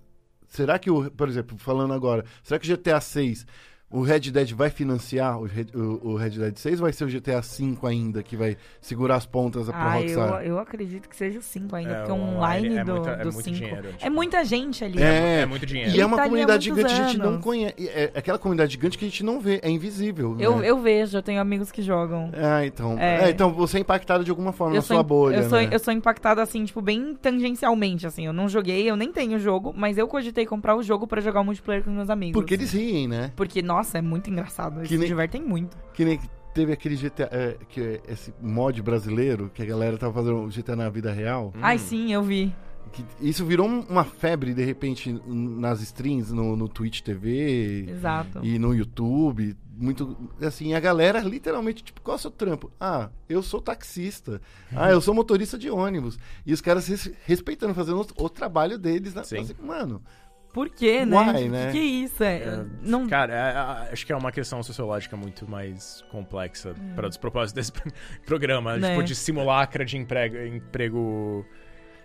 Speaker 3: Será que o, por exemplo, falando agora, será que o GTA 6, o Red Dead vai financiar o, Red- o- o Red Dead 6 ou vai ser o GTA 5 ainda que vai segurar as pontas pra
Speaker 2: Ah, eu,
Speaker 3: Rockstar?
Speaker 2: eu acredito que seja o 5 ainda,
Speaker 1: É,
Speaker 2: porque
Speaker 1: o
Speaker 2: o online
Speaker 1: online é
Speaker 2: do
Speaker 1: muita- é
Speaker 2: 5.
Speaker 1: muito dinheiro, tipo.
Speaker 2: é muita gente ali.
Speaker 1: É,
Speaker 3: É,
Speaker 1: muito dinheiro.
Speaker 3: e é
Speaker 2: Ele
Speaker 3: uma
Speaker 2: tá ali há
Speaker 3: comunidade
Speaker 2: muitos
Speaker 3: gigante que a gente não
Speaker 2: anos.
Speaker 3: conhece. É é aquela comunidade gigante que a gente não vê, é invisível.
Speaker 2: Eu,
Speaker 3: né?
Speaker 2: eu vejo, eu tenho amigos que jogam.
Speaker 3: Ah, então.
Speaker 2: É.
Speaker 3: é, então você é impactado de alguma forma
Speaker 2: eu
Speaker 3: na sua
Speaker 2: im-
Speaker 3: bolha.
Speaker 2: eu, sou,
Speaker 3: né?
Speaker 2: eu sou impactada, assim, tipo, bem tangencialmente, assim. Eu não joguei, eu nem tenho o jogo, mas eu cogitei comprar o jogo pra jogar o multiplayer com meus amigos.
Speaker 3: Porque eles riem, né?
Speaker 2: Porque, nossa, é muito engraçado. Eles
Speaker 3: Que
Speaker 2: se
Speaker 3: nem-
Speaker 2: divertem muito.
Speaker 3: Que nem teve aquele GTA, é, que é esse mod brasileiro, que a galera tava fazendo o GTA na vida real.
Speaker 2: Ai, sim, eu vi.
Speaker 3: Que isso virou um- uma febre, de repente, n- nas streams, no, no Twitch TV
Speaker 2: Exato.
Speaker 3: e no YouTube. Muito. Assim, a galera literalmente, tipo, qual é o seu trampo? Ah, eu sou taxista. Ah, eu sou motorista de ônibus. E os caras res- respeitando, fazendo o, o trabalho deles. Né?
Speaker 1: Sim.
Speaker 3: Assim, Mano,
Speaker 2: Por quê, né?
Speaker 3: Why,
Speaker 2: Tipo,
Speaker 3: né?
Speaker 2: Que isso? É,
Speaker 1: É,
Speaker 2: não...
Speaker 1: Cara, é- é- acho que é uma questão sociológica muito mais complexa para os propósitos desse programa,
Speaker 2: Né.
Speaker 1: tipo, de simulacra de emprego. emprego...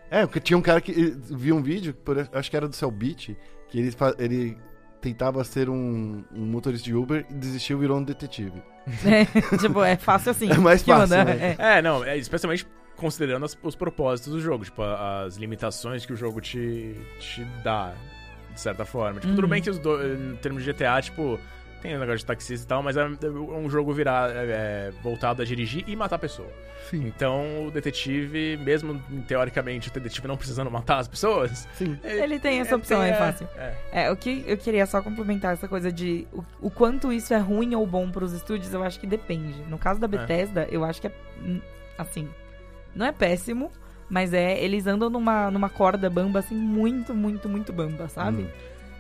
Speaker 3: É, porque tinha um cara que eh, viu um vídeo, por- acho que era do Cellbit, que ele, fa- ele tentava ser um, um motorista de Uber e desistiu e virou um detetive.
Speaker 2: é, tipo, é fácil assim.
Speaker 3: É mais
Speaker 2: Que
Speaker 3: fácil,
Speaker 2: onda,
Speaker 3: né?
Speaker 2: é.
Speaker 1: É, não, é, especialmente considerando as- os propósitos do jogo, tipo, a- as limitações que o jogo te, te dá, de certa forma. Tipo, tudo bem que os do, em termos de GTA, tipo, tem o negócio de taxista e tal, mas é, é um jogo virar é, é, voltado a dirigir e matar pessoa.
Speaker 3: Sim.
Speaker 1: Então, o detetive, mesmo teoricamente o detetive não precisando matar as pessoas,
Speaker 3: Sim.
Speaker 2: Ele tem essa opção, é fácil.
Speaker 1: É.
Speaker 2: É, o que eu queria só complementar essa coisa de o, o quanto isso é ruim ou bom pros estúdios, eu acho que depende. No caso da Bethesda, eu acho que é hum, assim, não é péssimo, mas é eles andam numa numa corda bamba assim muito, muito, muito bamba, sabe?
Speaker 3: Hum.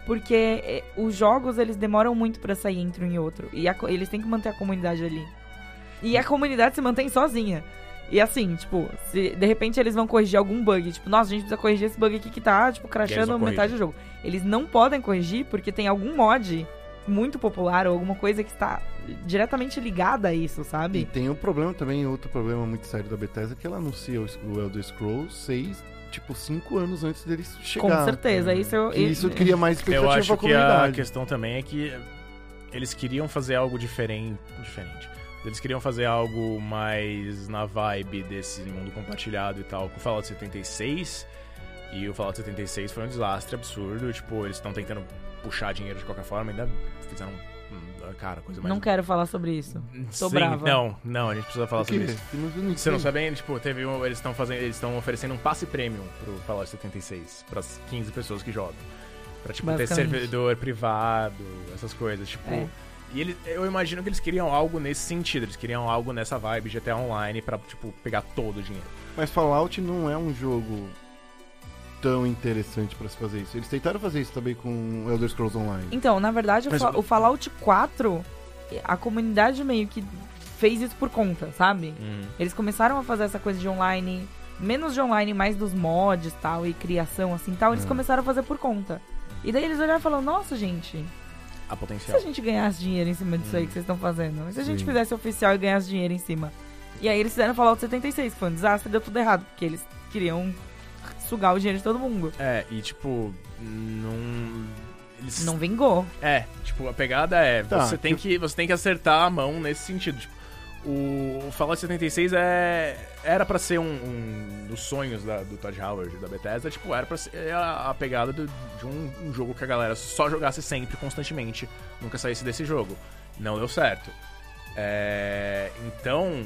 Speaker 2: Porque é, os jogos eles demoram muito pra sair entre um e outro e a co- eles têm que manter a comunidade ali. E a comunidade se mantém sozinha. E assim, tipo, se de repente eles vão corrigir algum bug, tipo, nossa, a gente precisa corrigir esse bug aqui que tá, tipo, crashando
Speaker 1: vão
Speaker 2: metade do jogo. Eles não podem corrigir porque tem algum mod muito popular ou alguma coisa que está diretamente ligada a isso,
Speaker 3: E
Speaker 2: sabe?
Speaker 3: tem um problema também, outro problema muito sério da Bethesda, que ela anuncia o, o Elder Scrolls 6, tipo, cinco anos antes dele chegar.
Speaker 2: Com certeza, isso é- eu.
Speaker 3: E isso cria mais
Speaker 1: Eu
Speaker 3: expectativa
Speaker 1: acho
Speaker 3: pra
Speaker 1: que é a
Speaker 3: comunidade.
Speaker 1: questão também é que eles queriam fazer algo diferente, diferente. Eles queriam fazer algo mais na vibe desse mundo compartilhado e tal, com o Fallout 76. E o Fallout 76 foi um desastre absurdo. Tipo, eles estão tentando puxar dinheiro de qualquer forma, ainda fizeram. hum, Cara, coisa mais.
Speaker 2: Não quero falar sobre isso. Tô
Speaker 1: Sim,
Speaker 2: brava.
Speaker 1: Não, não, a gente precisa falar
Speaker 3: O quê?
Speaker 1: sobre isso.
Speaker 3: Eu não- eu não
Speaker 1: Você não
Speaker 3: sei.
Speaker 1: sabe ainda? Tipo, teve um, eles estão fazendo, eles estão oferecendo um passe premium pro Fallout 76 para 15 pessoas que jogam. Pra, tipo, ter
Speaker 2: Basicamente.
Speaker 1: servidor privado, essas coisas, tipo.
Speaker 2: É.
Speaker 1: E ele, eu imagino que eles queriam algo nesse sentido, eles queriam algo nessa vibe GTA Online pra, tipo, pegar todo o dinheiro.
Speaker 3: Mas Fallout não é um jogo tão interessante pra se fazer isso. Eles tentaram fazer isso também com Elder Scrolls Online.
Speaker 2: Então, na verdade, o
Speaker 1: Mas
Speaker 2: Fa-
Speaker 1: o-
Speaker 2: o Fallout 4, a comunidade meio que fez isso por conta, sabe?
Speaker 1: Hum.
Speaker 2: Eles começaram a fazer essa coisa de online, menos de online, mais dos mods tal, e criação assim tal,
Speaker 1: Hum.
Speaker 2: eles começaram a fazer por conta. E daí eles olharam e falaram, nossa, gente,
Speaker 1: A
Speaker 2: e se a
Speaker 1: potencial.
Speaker 2: gente ganhasse dinheiro em cima
Speaker 1: Hum.
Speaker 2: disso aí que vocês estão fazendo? E se a gente
Speaker 3: Sim.
Speaker 2: fizesse oficial e ganhasse dinheiro em cima? E aí eles fizeram Fallout 76, que foi um desastre, deu tudo errado, porque eles queriam sugar o dinheiro de todo mundo.
Speaker 1: É, e tipo, não. Eles
Speaker 2: Não vingou.
Speaker 1: É, tipo, a pegada é,
Speaker 3: Tá,
Speaker 1: você, tem que, você tem que acertar a mão nesse sentido. Tipo, o, o Fallout 76 é, era pra ser um, um dos sonhos da- do Todd Howard, da Bethesda, tipo, era pra ser a, a pegada do- de um, um jogo que a galera só jogasse sempre, constantemente, nunca saísse desse jogo. Não deu certo. É, então,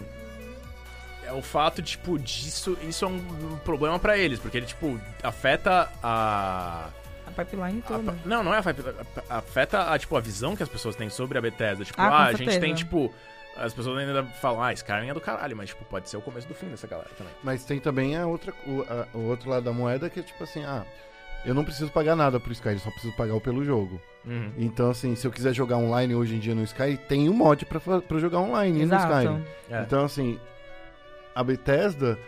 Speaker 1: é o fato, tipo, disso, isso é um, um problema pra eles, porque ele, tipo, afeta a...
Speaker 2: A pipeline
Speaker 1: A-
Speaker 2: toda.
Speaker 1: não, não é afeta, a- afeta a, tipo, a visão que as pessoas têm sobre a Bethesda. Tipo,
Speaker 2: Ah, com
Speaker 1: ah, a gente
Speaker 2: certeza.
Speaker 1: tem, tipo. As pessoas ainda falam, ah, Skyrim é do caralho, mas, tipo, pode ser o começo do fim dessa galera também.
Speaker 3: Mas tem também a outra, o, a- o outro lado da moeda que é tipo assim, ah, eu não preciso pagar nada pro Sky, eu só preciso pagar o pelo jogo. Então, assim, se eu quiser jogar online hoje em dia no Sky, tem um mod pra, fa- pra jogar online no Sky.
Speaker 2: Exato.
Speaker 1: É.
Speaker 3: Então, assim, a Bethesda,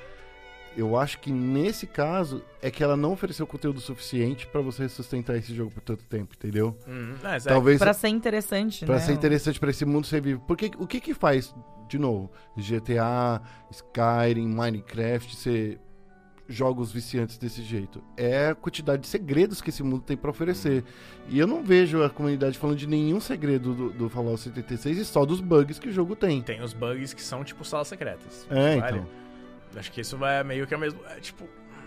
Speaker 3: eu acho que nesse caso é que ela não ofereceu conteúdo suficiente pra você sustentar esse jogo por tanto tempo, entendeu?
Speaker 1: Hum, mas é,
Speaker 3: Talvez
Speaker 2: Pra ser interessante,
Speaker 3: Pra
Speaker 2: né?
Speaker 3: ser interessante pra esse mundo ser vivo. Porque o que que faz, de novo, GTA, Skyrim, Minecraft ser jogos viciantes desse jeito? É a quantidade de segredos que esse mundo tem pra oferecer. E eu não vejo a comunidade falando de nenhum segredo do, do Fallout 76 e só dos bugs que o jogo tem.
Speaker 1: tem os bugs que são, tipo, salas secretas.
Speaker 3: É,
Speaker 1: Vale?
Speaker 3: então.
Speaker 1: Acho que isso vai meio que é o mesmo. É, tipo,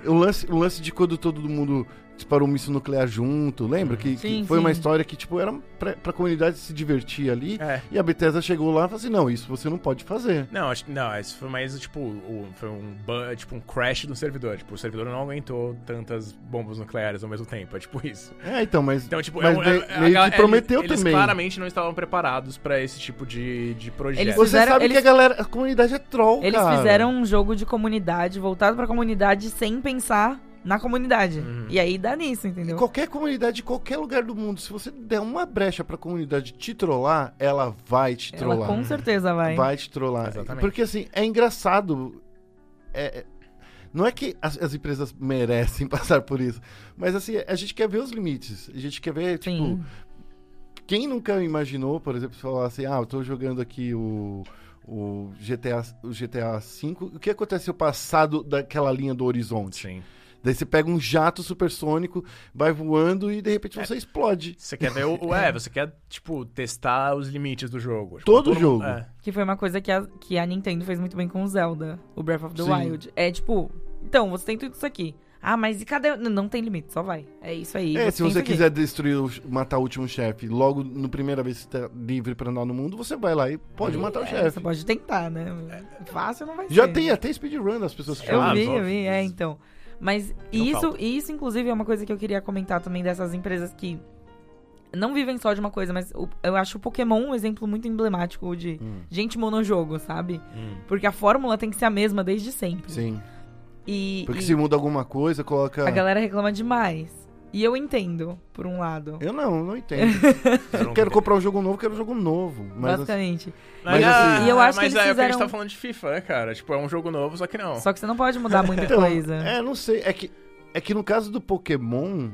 Speaker 3: O lance, o lance de quando todo mundo disparou um míssil nuclear junto, lembra? Que, que
Speaker 2: Sim,
Speaker 3: foi uma
Speaker 2: sim.
Speaker 3: história que, tipo, era pra, pra comunidade se divertir ali.
Speaker 1: é.
Speaker 3: E a Bethesda chegou lá e falou assim, não, isso você não pode fazer.
Speaker 1: Não, acho, não, isso foi mais, tipo, o- foi um, bu- tipo, um crash do servidor. Tipo, o servidor não aguentou tantas bombas nucleares ao mesmo tempo. É tipo isso.
Speaker 3: É, então, mas...
Speaker 1: Então, tipo,
Speaker 3: Mas
Speaker 1: é um-
Speaker 3: me-
Speaker 1: é- é-
Speaker 3: meio
Speaker 1: a-
Speaker 3: que prometeu
Speaker 1: eles,
Speaker 3: também.
Speaker 1: Eles claramente não estavam preparados pra esse tipo de, de projeto.
Speaker 2: Eles
Speaker 3: Você
Speaker 2: fizeram-
Speaker 3: sabe que
Speaker 2: eles-
Speaker 3: a galera, a comunidade é troll,
Speaker 2: Eles
Speaker 3: cara.
Speaker 2: fizeram um jogo de comunidade, voltado pra comunidade, sem pensar na comunidade.
Speaker 3: Uhum.
Speaker 2: E aí dá nisso,
Speaker 3: Em
Speaker 2: entendeu?
Speaker 3: Qualquer comunidade, de qualquer lugar do mundo, se você der uma brecha pra comunidade te trollar, ela vai te
Speaker 2: Ela
Speaker 3: trollar.
Speaker 2: com certeza vai.
Speaker 3: Vai te trollar.
Speaker 1: Exatamente.
Speaker 3: Porque assim, é engraçado. É- é- não é que as, as empresas merecem passar por isso, mas assim, a gente quer ver os limites. A gente quer ver, tipo,
Speaker 2: Sim.
Speaker 3: quem nunca imaginou, por exemplo, falar assim, ah, eu tô jogando aqui o, o GTA, o GTA V, o que aconteceu passado daquela linha do horizonte?
Speaker 1: Sim.
Speaker 3: Daí você pega um jato supersônico, vai voando e de repente
Speaker 2: É.
Speaker 3: você explode.
Speaker 1: Você quer ver o. o- É, você quer, tipo, testar os limites do jogo. Tipo,
Speaker 3: Todo
Speaker 1: mundo-
Speaker 3: jogo.
Speaker 1: é.
Speaker 2: Que foi uma coisa que a, que a Nintendo fez muito bem com o Zelda, o Breath of the
Speaker 3: Sim.
Speaker 2: Wild. É tipo, então, você tem tudo isso aqui. Ah, mas e cadê? Não, não tem limite, só vai. É isso aí.
Speaker 3: é, se
Speaker 2: tem isso
Speaker 3: você
Speaker 2: aqui.
Speaker 3: quiser destruir, o- matar o último chefe, logo na primeira vez que você tá livre pra andar no mundo, você vai lá e pode matar o
Speaker 2: É, Você
Speaker 3: chefe.
Speaker 2: pode tentar, né? Fácil não vai ser.
Speaker 3: Já tem até speedrun das pessoas que
Speaker 2: Eu
Speaker 1: Ah,
Speaker 3: jogam.
Speaker 2: vi,
Speaker 1: óbvio,
Speaker 2: eu vi, é,
Speaker 1: isso.
Speaker 2: então. Mas
Speaker 1: Não
Speaker 2: isso,
Speaker 1: falta.
Speaker 2: isso, inclusive, é uma coisa que eu queria comentar também dessas empresas que não vivem só de uma coisa, mas o- eu acho o Pokémon um exemplo muito emblemático de
Speaker 3: Hum.
Speaker 2: gente monojogo, sabe?
Speaker 1: Hum.
Speaker 2: Porque a fórmula tem que ser a mesma desde sempre.
Speaker 3: Sim.
Speaker 2: E,
Speaker 3: Porque
Speaker 2: e
Speaker 3: se é. muda alguma coisa, coloca.
Speaker 2: a galera reclama demais. E eu entendo, por um lado.
Speaker 3: Eu não, não entendo.
Speaker 1: Eu não-
Speaker 3: quero comprar um jogo novo, quero um jogo novo. Mas assim,
Speaker 2: basicamente.
Speaker 3: mas assim-
Speaker 2: E eu acho que
Speaker 1: é, mas
Speaker 2: eles
Speaker 1: é o que a gente
Speaker 2: fizeram- um
Speaker 1: tá falando de FIFA, né, cara? Tipo, é um jogo novo, só que não.
Speaker 2: Só que você não pode mudar muita
Speaker 3: Então,
Speaker 2: coisa.
Speaker 3: É, não sei. É que, é que no caso do Pokémon,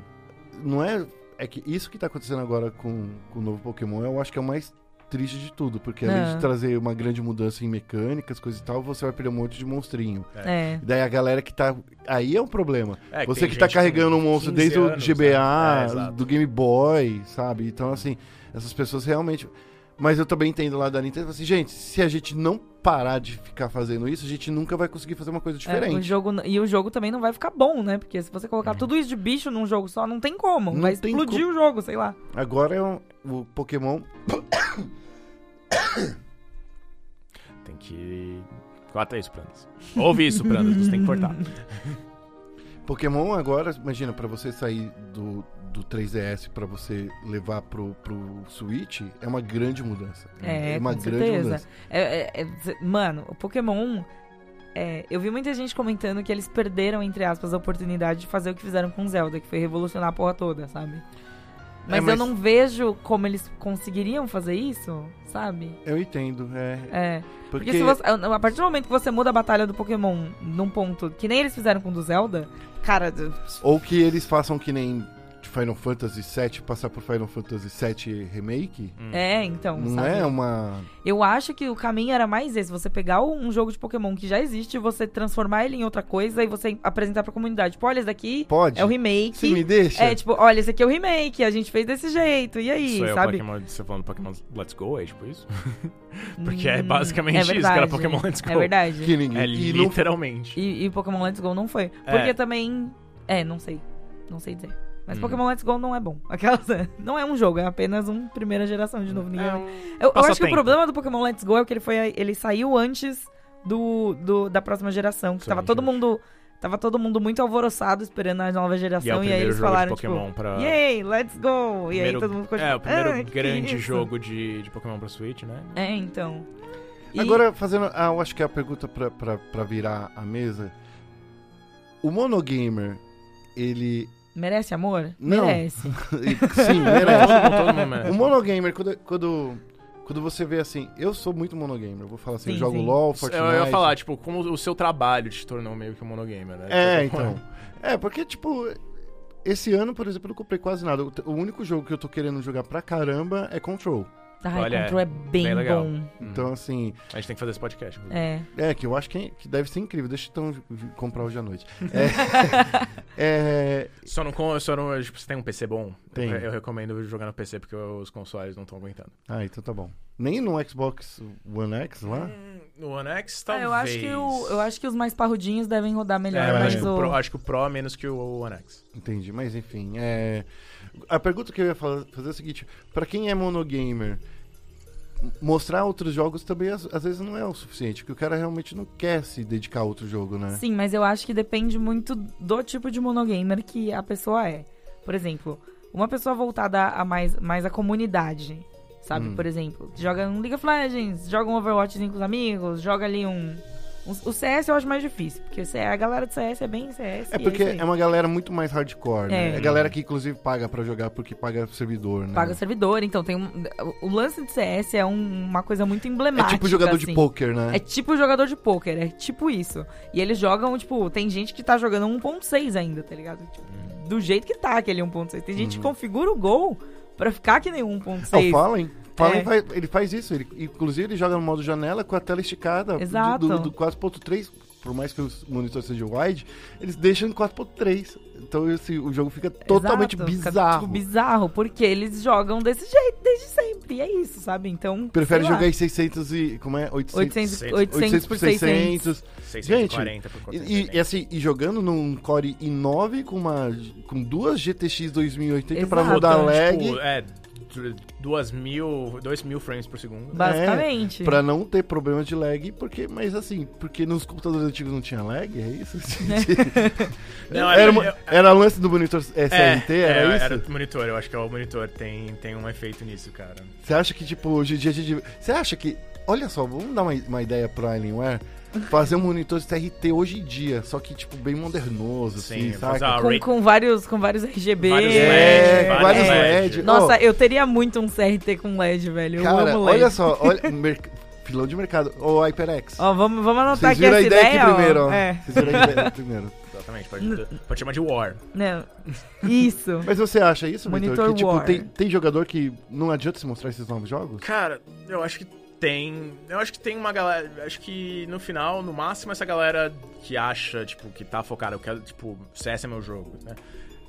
Speaker 3: não é. É que isso que tá acontecendo agora com, com o novo Pokémon, eu acho que é o mais triste de tudo. Porque além
Speaker 2: É.
Speaker 3: de trazer uma grande mudança em mecânicas, coisas e tal, você vai perder um monte de monstrinho.
Speaker 2: É.
Speaker 3: Daí a galera que tá. Aí é um problema.
Speaker 1: É,
Speaker 3: você
Speaker 1: tem
Speaker 3: que tá
Speaker 1: gente
Speaker 3: carregando
Speaker 1: com
Speaker 3: um
Speaker 1: 15
Speaker 3: monstro desde o
Speaker 1: anos,
Speaker 3: GBA,
Speaker 1: né? É, exato.
Speaker 3: do Game Boy, sabe? Então, assim, essas pessoas realmente. Mas eu também entendo lá da Nintendo, assim, gente, se a gente não parar de ficar fazendo isso, a gente nunca vai conseguir fazer uma coisa
Speaker 2: É, o
Speaker 3: diferente. Uhum.
Speaker 2: jogo, n- e o jogo também não vai ficar bom, né? Porque se você colocar tudo isso de bicho num jogo só, não tem como.
Speaker 3: Não
Speaker 2: vai
Speaker 3: tem
Speaker 2: explodir o jogo, sei lá.
Speaker 3: Agora é um- o Pokémon
Speaker 1: Tem que. Corta isso, Prandas. Ouve isso, Prandas, você tem que cortar.
Speaker 3: Pokémon agora, imagina, pra você sair do, do 3DS pra você levar pro, pro Switch, é uma grande mudança.
Speaker 2: É,
Speaker 3: uma
Speaker 2: com
Speaker 3: grande
Speaker 2: certeza.
Speaker 3: mudança.
Speaker 2: É, é, é, cê- mano, o Pokémon. é, eu vi muita gente comentando que eles perderam, entre aspas, a oportunidade de fazer o que fizeram com Zelda, que foi revolucionar a porra toda, sabe? Mas,
Speaker 3: É, mas-
Speaker 2: eu não vejo como eles conseguiriam fazer isso, sabe?
Speaker 3: Eu entendo, é.
Speaker 2: É.
Speaker 3: Porque,
Speaker 2: Porque, se você- a partir do momento que você muda a batalha do Pokémon num ponto que nem eles fizeram com o do Zelda, cara,
Speaker 3: Ou que eles façam que nem Final Fantasy VII, passar por Final Fantasy VII Remake,
Speaker 2: é, então,
Speaker 3: não
Speaker 2: sabe?
Speaker 3: é uma...
Speaker 2: Eu acho que o caminho era mais esse, você pegar um jogo de Pokémon que já existe, você transformar ele em outra coisa e você apresentar pra comunidade. Tipo, olha, esse daqui
Speaker 3: Pode?
Speaker 2: é o remake.
Speaker 3: Se me deixa?
Speaker 2: É, tipo, olha, esse aqui é o remake, a gente fez desse jeito, e aí,
Speaker 1: Isso é o
Speaker 2: sabe?
Speaker 1: Pokémon. Você falando Pokémon Let's Go, é tipo isso? Porque é
Speaker 2: Hum,
Speaker 1: basicamente
Speaker 2: é
Speaker 1: isso, cara,
Speaker 2: verdade.
Speaker 1: Pokémon Let's Go.
Speaker 2: É verdade.
Speaker 3: que ninguém...
Speaker 1: É
Speaker 3: e não-
Speaker 1: literalmente.
Speaker 2: E, e Pokémon Let's Go não foi.
Speaker 1: É.
Speaker 2: Porque também. É, não sei. Não sei dizer. Mas
Speaker 1: Hum.
Speaker 2: Pokémon Let's Go não é bom. Aquelas. Não é um jogo, é apenas um primeira geração de novo. Ninguém
Speaker 1: É
Speaker 2: vai-
Speaker 1: um-
Speaker 2: Eu, eu acho que o
Speaker 1: passatempo.
Speaker 2: problema do Pokémon Let's Go é que ele foi. Ele saiu antes do, do- da próxima geração. Que
Speaker 1: Sim,
Speaker 2: tava todo
Speaker 1: justo.
Speaker 2: mundo. Tava todo mundo muito alvoroçado esperando a
Speaker 1: E
Speaker 2: nova
Speaker 1: é o
Speaker 2: geração. E, aí
Speaker 1: primeiro jogo
Speaker 2: eles
Speaker 1: de
Speaker 2: falaram,
Speaker 1: Pokémon
Speaker 2: tipo.
Speaker 1: pra.
Speaker 2: Yay, let's go! E aí
Speaker 1: primeiro-
Speaker 2: todo mundo ficou
Speaker 1: É, o primeiro
Speaker 2: "Ah, que
Speaker 1: grande
Speaker 2: isso?"
Speaker 1: jogo de, de Pokémon pra Switch, né?
Speaker 2: É, então. E-
Speaker 3: Agora, fazendo. Ah, eu acho que é a pergunta pra, pra, pra virar a mesa. O monogamer, ele.
Speaker 2: Merece amor?
Speaker 3: Não.
Speaker 2: Merece.
Speaker 3: Sim, merece.
Speaker 1: Todo, todo mundo merece.
Speaker 3: O monogamer, quando, quando, quando você vê assim, eu sou muito monogamer, eu vou falar assim,
Speaker 2: Sim,
Speaker 3: eu jogo
Speaker 2: sim.
Speaker 3: LOL, Fortnite.
Speaker 1: Eu ia falar, tipo, como o seu trabalho te tornou meio que um monogamer, né?
Speaker 3: É,
Speaker 1: Tipo,
Speaker 3: então. É, porque, tipo, esse ano, por exemplo, eu não comprei quase nada. O- O único jogo que eu tô querendo jogar pra caramba é Control.
Speaker 2: Ai,
Speaker 1: Olha,
Speaker 2: Control é bem,
Speaker 1: bem legal.
Speaker 2: bom.
Speaker 3: Então, assim,
Speaker 1: A gente tem que fazer esse podcast. inclusive.
Speaker 2: É.
Speaker 3: É, que eu acho que, que deve ser incrível. Deixa eu então vi- comprar hoje à noite. É, é,
Speaker 1: Só não, com- só não. Tipo, você tem um PC bom?
Speaker 3: Tenho.
Speaker 1: Eu, eu recomendo jogar no PC porque os consoles não estão aguentando.
Speaker 3: Ah, então tá bom. Nem no Xbox One X lá?
Speaker 1: Hum, No One X,
Speaker 2: Ah,
Speaker 1: talvez.
Speaker 2: eu acho que o- eu acho que os mais parrudinhos devem rodar
Speaker 1: É,
Speaker 2: melhor,
Speaker 1: eu
Speaker 2: mas
Speaker 1: acho, que
Speaker 2: o-
Speaker 1: o Pro, acho que o Pro é menos que o One X.
Speaker 3: Entendi, mas enfim. é, A pergunta que eu ia fala- fazer é a seguinte: pra quem é monogamer, m- mostrar outros jogos também às, às vezes não é o suficiente, porque o cara realmente não quer se dedicar a outro jogo, né?
Speaker 2: Sim, mas eu acho que depende muito do tipo de monogamer que a pessoa é. Por exemplo, uma pessoa voltada a mais, mais a comunidade, sabe?
Speaker 3: Hum.
Speaker 2: Por exemplo, joga um League of Legends, joga um Overwatchzinho com os amigos, joga ali um... um- O CS eu acho mais difícil, porque o CS a galera do CS é bem CS.
Speaker 3: É porque
Speaker 2: isso aí.
Speaker 3: é uma galera muito mais hardcore, né?
Speaker 2: É.
Speaker 3: É a galera que inclusive paga pra jogar porque paga servidor, né?
Speaker 2: Paga servidor, então tem um... O lance de CS é um- uma coisa muito
Speaker 3: é
Speaker 2: emblemática,
Speaker 3: tipo jogador de
Speaker 2: assim.
Speaker 3: poker, né?
Speaker 2: É tipo jogador de pôquer, é tipo isso. E eles jogam, tipo, tem gente que tá jogando 1.6 ainda, tá ligado? Tipo, do jeito que tá aquele 1.6. Tem gente que configura o gol pra ficar que nem um o
Speaker 3: Uhum. Não,
Speaker 2: 1.6.
Speaker 3: o Fallen. Fallen
Speaker 2: É.
Speaker 3: faz- ele faz isso. Ele, inclusive, ele joga no modo janela com a tela esticada do-
Speaker 2: Exato.
Speaker 3: do, do 4.3. Por mais que o monitor seja wide, eles deixam em 4.3. Então esse- o jogo fica totalmente
Speaker 2: Exato, fica,
Speaker 3: bizarro.
Speaker 2: tipo, bizarro, porque eles jogam desse jeito desde sempre. E é isso, sabe? Então.
Speaker 3: Prefere
Speaker 2: sei lá,
Speaker 3: jogar em 600 e... Como é? 800,
Speaker 2: 800, 800 por 600.
Speaker 1: 640 por
Speaker 3: E, e- e assim, e jogando num Core i9 com, uma, com duas GTX 2080 pra
Speaker 2: Exato.
Speaker 3: mudar
Speaker 2: Então,
Speaker 3: lag,
Speaker 1: Tipo, é, 2 mil, dois mil frames por segundo.
Speaker 2: Basicamente.
Speaker 3: é. pra não ter problema de lag, porque, mas assim, porque nos computadores antigos não tinha lag, é isso?
Speaker 1: Não,
Speaker 3: era,
Speaker 1: é-
Speaker 3: uma-
Speaker 1: eu-
Speaker 3: era lance do monitor SLT,
Speaker 1: é,
Speaker 3: era
Speaker 1: é,
Speaker 3: isso?
Speaker 1: Era o monitor, eu acho que é o monitor, tem, tem um efeito nisso, cara.
Speaker 3: Você acha que, tipo, hoje em dia a gente. Você acha que. Olha só, vamos dar uma, uma ideia pro Alienware? Fazer um monitor CRT hoje em dia, só que, tipo, bem modernoso, assim,
Speaker 1: fazer
Speaker 3: saca?
Speaker 1: uma
Speaker 2: com,
Speaker 1: rate-
Speaker 2: com vários, com vários RGB.
Speaker 1: vários
Speaker 3: É,
Speaker 1: LED,
Speaker 3: vários
Speaker 1: vários
Speaker 3: LED.
Speaker 1: LED.
Speaker 2: Nossa,
Speaker 3: Ô,
Speaker 2: eu teria muito um CRT com LED, velho. eu
Speaker 3: cara,
Speaker 2: amo LED.
Speaker 3: olha só, olha. merc- Filão de mercado. Ô, HyperX.
Speaker 2: Ó, vamos, vamos anotar
Speaker 3: Vocês
Speaker 2: aqui essa
Speaker 3: viram a ideia aqui
Speaker 2: ó.
Speaker 3: primeiro, ó.
Speaker 2: É.
Speaker 3: Vocês viram a ideia primeiro.
Speaker 1: Exatamente, pode, pode chamar de War.
Speaker 2: Não. né? Isso.
Speaker 3: Mas você acha isso, Vitor?
Speaker 2: Monitor
Speaker 3: Que, tipo,
Speaker 2: War.
Speaker 3: tem, tem jogador que não adianta se mostrar esses novos jogos?
Speaker 1: Cara, eu acho que tem. Eu acho que tem uma galera. Acho que no final, no máximo, essa galera que acha, tipo, que tá focada, eu quero, tipo, CS é meu jogo, né?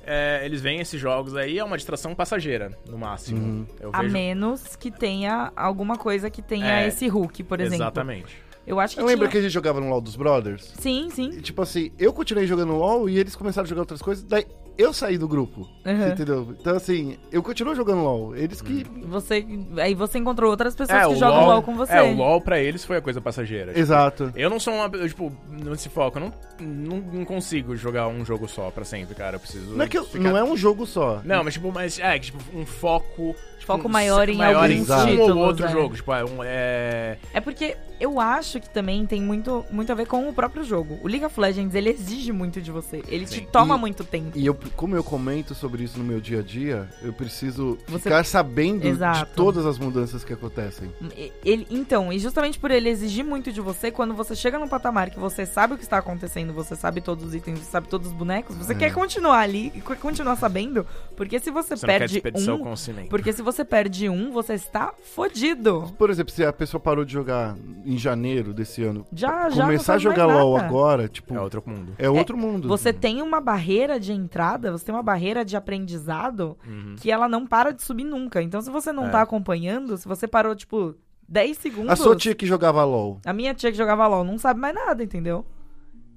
Speaker 1: é, eles veem esses jogos aí, é uma distração passageira, no máximo.
Speaker 3: Uhum.
Speaker 1: Eu
Speaker 2: A
Speaker 1: vejo.
Speaker 2: menos que tenha alguma coisa que tenha
Speaker 1: É,
Speaker 2: esse Hulk, por exemplo.
Speaker 1: Exatamente.
Speaker 2: Eu acho que
Speaker 3: Eu lembro que
Speaker 2: tinha...
Speaker 3: a gente jogava no LoL dos Brothers.
Speaker 2: Sim,
Speaker 3: E,
Speaker 2: sim.
Speaker 3: tipo assim, eu continuei jogando LoL e eles começaram a jogar outras coisas, daí eu saí do grupo.
Speaker 2: Uhum.
Speaker 3: você Entendeu? Então, assim, eu continuo jogando LoL. Eles que.
Speaker 2: Você... Aí você encontrou outras pessoas
Speaker 1: É,
Speaker 2: que
Speaker 1: o
Speaker 2: jogam
Speaker 1: LoL,
Speaker 2: LOL com você.
Speaker 1: É, o LoL pra eles foi a coisa passageira.
Speaker 3: Exato.
Speaker 1: Eu não sou uma. eu, Tipo, não se foca. Eu não, não, não consigo jogar um jogo só pra sempre, cara. Eu preciso.
Speaker 3: Não é, que eu-
Speaker 1: ficar-
Speaker 3: não é um jogo só.
Speaker 1: Não, mas tipo, mas é, que, tipo, um foco. tipo,
Speaker 2: Foco
Speaker 1: um-
Speaker 2: maior em
Speaker 3: alguns
Speaker 1: um
Speaker 2: títulos,
Speaker 1: ou outro
Speaker 2: é.
Speaker 1: jogo. Tipo, é um. É...
Speaker 2: É porque eu acho que também tem muito, muito a ver com o próprio jogo. O League of Legends, ele exige muito de você. Ele
Speaker 1: Sim.
Speaker 2: te toma
Speaker 3: E-
Speaker 2: muito tempo.
Speaker 3: E eu, como eu comento sobre isso no meu dia a dia, eu preciso
Speaker 2: Você-
Speaker 3: ficar sabendo
Speaker 2: Exato.
Speaker 3: de todas as mudanças que acontecem.
Speaker 2: E- ele- então, e justamente por ele exigir muito de você, quando você chega num patamar que você sabe o que está acontecendo, você sabe todos os itens, você sabe todos os bonecos,
Speaker 1: É.
Speaker 2: você quer continuar ali e quer continuar sabendo, porque se você,
Speaker 1: Você não quer
Speaker 2: perde
Speaker 1: desperdiçar
Speaker 2: um,
Speaker 1: o conhecimento.
Speaker 2: porque se você perde um, você está fodido.
Speaker 3: Por exemplo, se a pessoa parou de jogar em janeiro desse ano,
Speaker 2: Ah, Já, já não
Speaker 3: começar a
Speaker 2: faz mais
Speaker 3: jogar LoL
Speaker 2: nada.
Speaker 3: agora, tipo,
Speaker 1: É outro mundo.
Speaker 3: é outro mundo.
Speaker 2: Você tem uma barreira de entrada, você tem uma barreira de aprendizado
Speaker 1: Uhum.
Speaker 2: que ela não para de subir nunca. Então, se você não
Speaker 1: É.
Speaker 2: tá acompanhando, se você parou, tipo, 10 segundos.
Speaker 3: A sua tia que jogava LoL.
Speaker 2: A minha tia que jogava LOL não sabe mais nada, entendeu?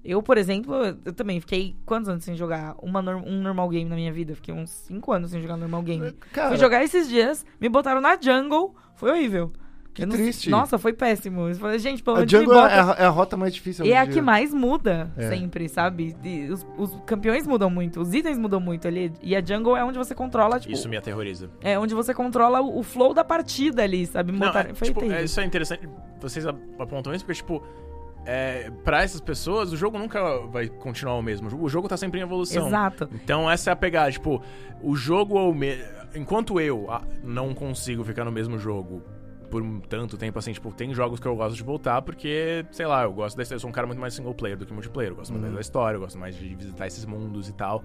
Speaker 2: Eu, por exemplo, eu também fiquei quantos anos sem jogar uma nor- um normal game na minha vida? Fiquei uns 5 anos sem jogar normal game.
Speaker 3: Cara,
Speaker 2: Fui jogar esses dias, me botaram na jungle, foi horrível.
Speaker 3: que
Speaker 2: Eu não-
Speaker 3: triste.
Speaker 2: Nossa, foi péssimo. Eu falei, gente, pelo
Speaker 3: a
Speaker 2: menos me
Speaker 3: jungle é
Speaker 2: bota.
Speaker 3: a, é a rota mais difícil.
Speaker 2: E é a
Speaker 3: hoje em
Speaker 2: que
Speaker 3: dia.
Speaker 2: mais muda
Speaker 3: É.
Speaker 2: sempre, sabe? E os, os campeões mudam muito, os itens mudam muito ali. E a jungle é onde você controla, tipo.
Speaker 1: Isso me aterroriza.
Speaker 2: É onde você controla o, o flow da partida ali, sabe?
Speaker 1: Não,
Speaker 2: Montar...
Speaker 1: é,
Speaker 2: foi
Speaker 1: tipo,
Speaker 2: terrível.
Speaker 1: é, isso é interessante. Vocês ap- apontam isso porque, tipo, é, pra essas pessoas, o jogo nunca vai continuar o mesmo. O jogo- O jogo tá sempre em evolução.
Speaker 2: Exato.
Speaker 1: Então essa é a pegada, tipo, o jogo é o me... enquanto eu ah, não consigo ficar no mesmo jogo por um tanto tempo assim, tipo, tem jogos que eu gosto de voltar porque, sei lá, eu gosto dessa, eu sou um cara muito mais single player do que multiplayer, eu gosto mais
Speaker 2: Uhum.
Speaker 1: da história, eu gosto mais de visitar esses mundos e tal.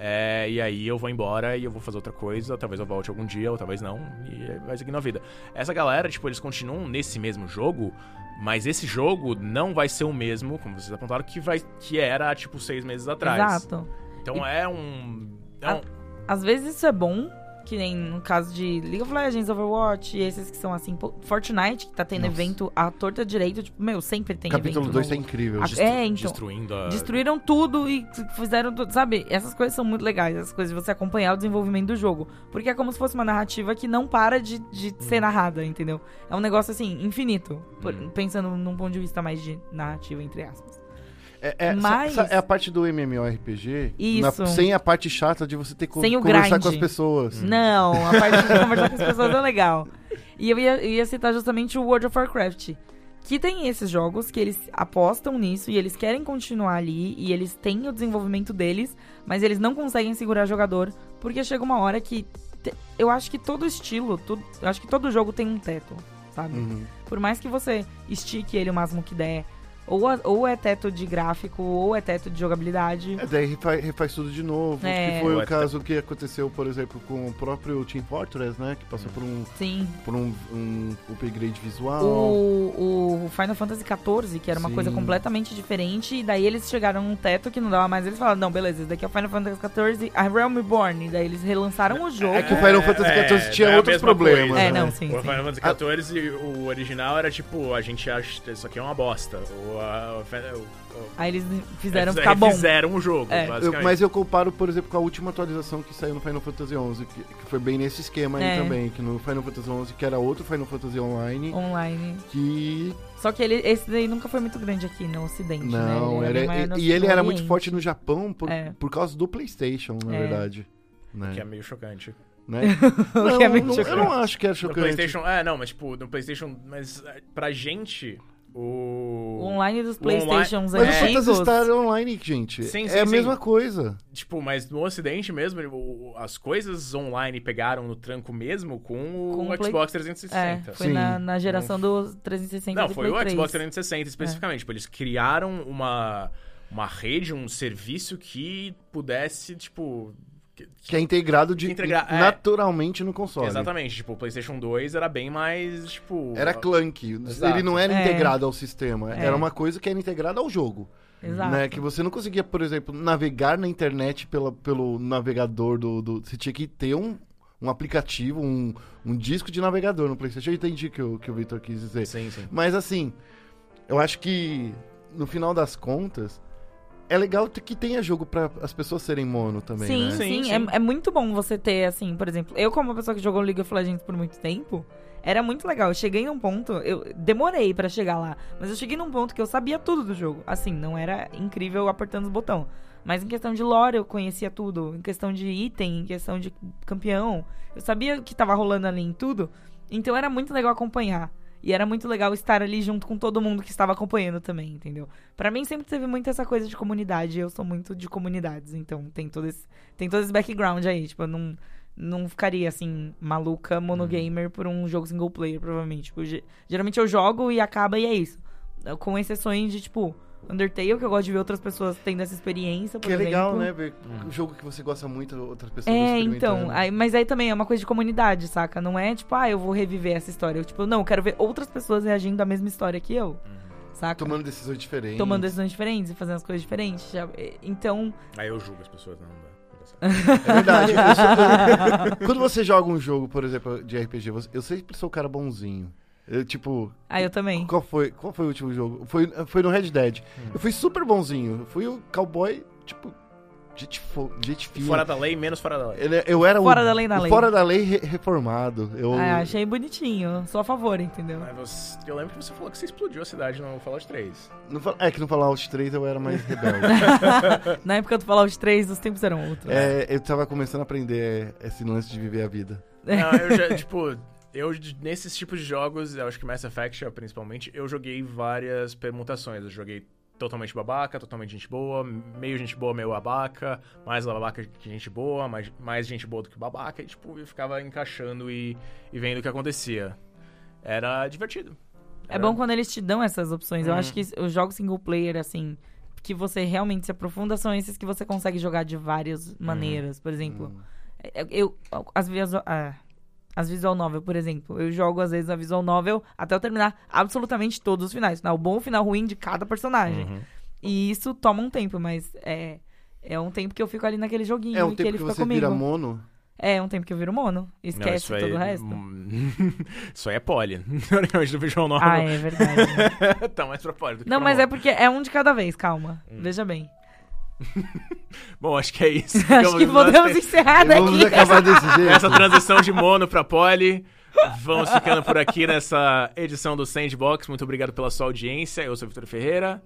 Speaker 1: É, e aí eu vou embora e eu vou fazer outra coisa, talvez eu volte algum dia, ou talvez não, e vai seguindo a vida. Essa galera, tipo, eles continuam nesse mesmo jogo, mas esse jogo não vai ser o mesmo, como vocês apontaram, que vai que era, tipo, seis meses atrás.
Speaker 2: Exato.
Speaker 1: Então é um. É
Speaker 2: Ah.
Speaker 1: um
Speaker 2: Às vezes isso é bom, que nem no caso de League of Legends, Overwatch, esses que são assim, pô, Fortnite, que tá tendo
Speaker 3: Nossa.
Speaker 2: evento à torta direito, tipo, meu, sempre tem
Speaker 3: Capítulo
Speaker 2: evento.
Speaker 3: 2 tá
Speaker 2: novo.
Speaker 3: incrível.
Speaker 2: A-
Speaker 1: destru-
Speaker 2: é, então.
Speaker 1: Destruindo a.
Speaker 2: Destruíram tudo e fizeram tudo, sabe? Essas coisas são muito legais, essas coisas de você acompanhar o desenvolvimento do jogo. Porque é como se fosse uma narrativa que não para de, de ser narrada, entendeu? É um negócio assim, infinito. por-
Speaker 1: Hum.
Speaker 2: Pensando num ponto de vista mais de narrativa, entre aspas.
Speaker 3: É, é,
Speaker 2: Mas-
Speaker 3: sa- sa- é a parte do MMORPG na-
Speaker 2: Isso.
Speaker 3: sem a parte chata de você ter que
Speaker 2: Sem o
Speaker 3: conversar
Speaker 2: grind. Hum.
Speaker 3: com as pessoas.
Speaker 2: Não, a parte de conversar com as pessoas é legal. E eu ia, eu ia citar justamente o World of Warcraft. Que tem esses jogos que eles apostam nisso e eles querem continuar ali e eles têm o desenvolvimento deles, mas eles não conseguem segurar jogador porque chega uma hora que. te- eu acho que todo estilo, tudo, eu acho que todo jogo tem um teto, sabe?
Speaker 3: Uhum.
Speaker 2: Por mais que você estique ele o máximo que der, ou, a- ou é teto de gráfico, ou é teto de jogabilidade.
Speaker 3: É, daí refaz, refaz tudo de novo.
Speaker 2: É.
Speaker 3: Que foi
Speaker 1: Ué, tá-
Speaker 3: o caso que aconteceu, por exemplo, com o próprio Team Fortress, né? Que
Speaker 1: Hum.
Speaker 3: passou por um,
Speaker 2: Sim.
Speaker 3: por um, um upgrade visual.
Speaker 2: o, o Final Fantasy XIV, que era uma
Speaker 3: Sim.
Speaker 2: coisa completamente diferente, e daí eles chegaram num teto que não dava mais. Eles falaram, não, beleza, esse daqui é o Final Fantasy XIV, a Realm Reborn. E daí eles relançaram o jogo.
Speaker 3: É que o Final Fantasy XIV tinha
Speaker 1: não é a
Speaker 3: outros
Speaker 1: mesma
Speaker 3: problemas,
Speaker 1: coisa,
Speaker 2: É,
Speaker 3: né?
Speaker 2: não, sim,
Speaker 1: O
Speaker 2: sim.
Speaker 1: Final Fantasy XIV, o original era tipo, a gente acha isso aqui é uma bosta. Ou a, o, o, o,
Speaker 2: Aí eles fizeram
Speaker 1: eles
Speaker 2: ficar bom.
Speaker 1: refizeram o jogo,
Speaker 2: É.
Speaker 3: Eu-
Speaker 1: basicamente.
Speaker 3: mas eu comparo, por exemplo, com a última atualização que saiu no Final Fantasy XI, que, que foi bem nesse esquema
Speaker 2: É.
Speaker 3: aí também, que no Final Fantasy XI, que era outro Final Fantasy Online,
Speaker 2: Online.
Speaker 3: que
Speaker 2: Só que ele, esse daí nunca foi muito grande aqui no Ocidente, né?
Speaker 3: Não,
Speaker 2: bem
Speaker 3: era,
Speaker 2: maior
Speaker 3: e-
Speaker 2: no-
Speaker 3: e ele
Speaker 2: no
Speaker 3: era muito
Speaker 2: Oriente.
Speaker 3: forte no Japão por,
Speaker 2: É.
Speaker 3: por causa do PlayStation, na
Speaker 2: É.
Speaker 3: verdade. Né?
Speaker 1: Que é meio chocante.
Speaker 3: Né?
Speaker 2: O
Speaker 3: Não,
Speaker 2: que é meio
Speaker 3: não- eu
Speaker 2: chocante.
Speaker 3: não acho que era
Speaker 1: No
Speaker 3: chocante.
Speaker 1: Playstation, é, não, mas tipo, no Playstation, mas é, pra gente, o...
Speaker 2: O online dos
Speaker 1: O online-
Speaker 2: Playstations
Speaker 3: Mas o
Speaker 2: antigos.
Speaker 3: Phantasy Star Online, gente,
Speaker 1: Sim,
Speaker 3: é
Speaker 1: sim,
Speaker 3: a
Speaker 1: sim.
Speaker 3: mesma coisa.
Speaker 1: Tipo, mas no ocidente mesmo, o- o- as coisas online pegaram no tranco mesmo com,
Speaker 2: Com o
Speaker 1: o
Speaker 2: Play-
Speaker 1: Xbox
Speaker 2: É,
Speaker 1: 360.
Speaker 2: foi
Speaker 3: Sim.
Speaker 2: na, na geração do 360
Speaker 1: Não,
Speaker 2: do
Speaker 1: foi
Speaker 2: Play
Speaker 1: o
Speaker 2: 3.
Speaker 1: Xbox 360 especificamente. Tipo, eles criaram uma, uma rede, um serviço que pudesse, tipo. que-
Speaker 3: Que é integrado de,
Speaker 1: Que integra- é.
Speaker 3: naturalmente no console.
Speaker 1: Exatamente. Tipo, o PlayStation 2 era bem mais, tipo.
Speaker 3: Era
Speaker 1: a-
Speaker 3: clunky.
Speaker 1: Exato.
Speaker 3: Ele não era
Speaker 2: É.
Speaker 3: integrado ao sistema.
Speaker 2: É.
Speaker 3: Era uma coisa que era integrada ao jogo.
Speaker 2: Exato.
Speaker 3: né? Que você não conseguia, por exemplo, navegar na internet pela, pelo navegador do, do- Você tinha que ter um, um aplicativo, um, um disco de navegador no PlayStation. Eu entendi o que, o- que o Victor quis dizer.
Speaker 1: Sim, sim.
Speaker 3: Mas assim, eu acho que no final das contas, é legal ter- que tenha jogo pra as pessoas serem mono também,
Speaker 2: sim,
Speaker 3: né?
Speaker 1: Sim,
Speaker 2: sim,
Speaker 1: sim.
Speaker 2: É, é muito bom você ter, assim, por exemplo, eu como uma pessoa que jogou League of Legends por muito tempo, era muito legal. Eu cheguei num ponto, eu demorei pra chegar lá, mas eu cheguei num ponto que eu sabia tudo do jogo. Assim, não era incrível apertando os botões. Mas em questão de lore eu conhecia tudo, em questão de item, em questão de campeão, eu sabia o que tava rolando ali em tudo. Então era muito legal acompanhar. E era muito legal estar ali junto com todo mundo que estava acompanhando também, entendeu? Pra mim sempre teve muito essa coisa de comunidade, eu sou muito de comunidades, então tem todo esse tem todo esse background aí, tipo, eu não, não ficaria assim, maluca,
Speaker 3: Uhum.
Speaker 2: monogamer por um jogo single player, provavelmente. Tipo, ge- geralmente eu jogo e acaba e é isso. Com exceções de, tipo, Undertale, que eu gosto de ver outras pessoas tendo essa experiência. Por
Speaker 3: Que é
Speaker 2: exemplo.
Speaker 3: legal, né? Ver um jogo que você gosta muito, outras pessoas
Speaker 2: É,
Speaker 3: experimentando.
Speaker 2: então, aí- mas aí também é uma coisa de comunidade, saca? Não é tipo, ah, eu vou reviver essa história. Eu, tipo, não, eu quero ver outras pessoas reagindo à mesma história que eu,
Speaker 3: Uhum.
Speaker 2: saca?
Speaker 3: Tomando decisões diferentes. É
Speaker 2: Tomando decisões diferentes e fazendo as coisas diferentes. já- Então,
Speaker 1: Aí eu julgo as pessoas, não, não dá. Não dá certo.
Speaker 3: É verdade. eu sou- Quando você joga um jogo, por exemplo, de RPG, você- eu sempre sou o cara bonzinho. Eu, tipo,
Speaker 2: aí Ah, eu também.
Speaker 3: qual foi, qual foi o último jogo? Foi, foi no Red Dead.
Speaker 2: Hum.
Speaker 3: Eu fui super bonzinho. Eu fui o cowboy, tipo, gente, fo- gente fina.
Speaker 1: Fora da lei, menos fora da lei.
Speaker 3: Ele- eu era o-
Speaker 2: Fora da lei, na
Speaker 3: o
Speaker 2: lei.
Speaker 3: Fora da lei re- reformado. Eu,
Speaker 2: Ah, achei bonitinho. Sou a favor, entendeu?
Speaker 3: É.
Speaker 1: Mas você- eu lembro que você falou que você explodiu a cidade no Fallout 3.
Speaker 3: não fal- é que no Fallout 3 eu era mais rebelde.
Speaker 2: Na época do Fallout 3, os tempos eram outros.
Speaker 3: É, eu tava começando a aprender esse lance de viver a vida.
Speaker 2: É.
Speaker 1: Não, eu já, tipo, eu de- nesses tipos de jogos, eu acho que Mass Effect principalmente, eu joguei várias permutações. Eu joguei totalmente babaca, totalmente gente boa, meio gente boa, meio babaca, mais babaca que gente boa, mais, mais gente boa do que babaca, e tipo, eu ficava encaixando e, e vendo o que acontecia. Era divertido.
Speaker 2: É
Speaker 1: Era-
Speaker 2: bom quando eles te dão essas opções. Eu
Speaker 1: Uhum.
Speaker 2: acho que os jogos single player, assim, que você realmente se aprofunda, são esses que você consegue jogar de
Speaker 3: Uhum.
Speaker 2: várias maneiras. Por exemplo, é, eu, eu- as, visual, ah, as visual novel, por exemplo. Eu jogo, às vezes, a visual novel até eu terminar absolutamente todos os finais. Final bom, final ruim de cada personagem.
Speaker 1: Uhum.
Speaker 2: E isso toma um tempo, mas é... É um tempo que eu fico ali naquele joguinho
Speaker 3: É um
Speaker 2: e que
Speaker 3: tempo
Speaker 2: ele
Speaker 3: que
Speaker 2: fica
Speaker 3: você
Speaker 2: comigo.
Speaker 3: vira mono.
Speaker 2: É, é um tempo que eu viro mono.
Speaker 1: Não, hum,
Speaker 2: Esquece todo o resto.
Speaker 1: isso aí é poli. Teoricamente, no visual novel
Speaker 2: Ah, é verdade. né?
Speaker 1: tá Hum. mais pra poli do que
Speaker 2: Não,
Speaker 1: pra
Speaker 2: mas
Speaker 1: mono.
Speaker 2: é porque é um de cada vez, calma. Veja bem.
Speaker 1: Bom, acho que é isso.
Speaker 2: Acho que
Speaker 1: Ficamos-
Speaker 2: podemos encerrar
Speaker 3: Vamos
Speaker 2: Ah, daqui.
Speaker 3: acabar desse jeito.
Speaker 1: Essa transição de mono pra poli. Vamos ficando por aqui nessa edição do Sandbox. Muito obrigado pela sua audiência. Eu sou o Vitor Ferreira.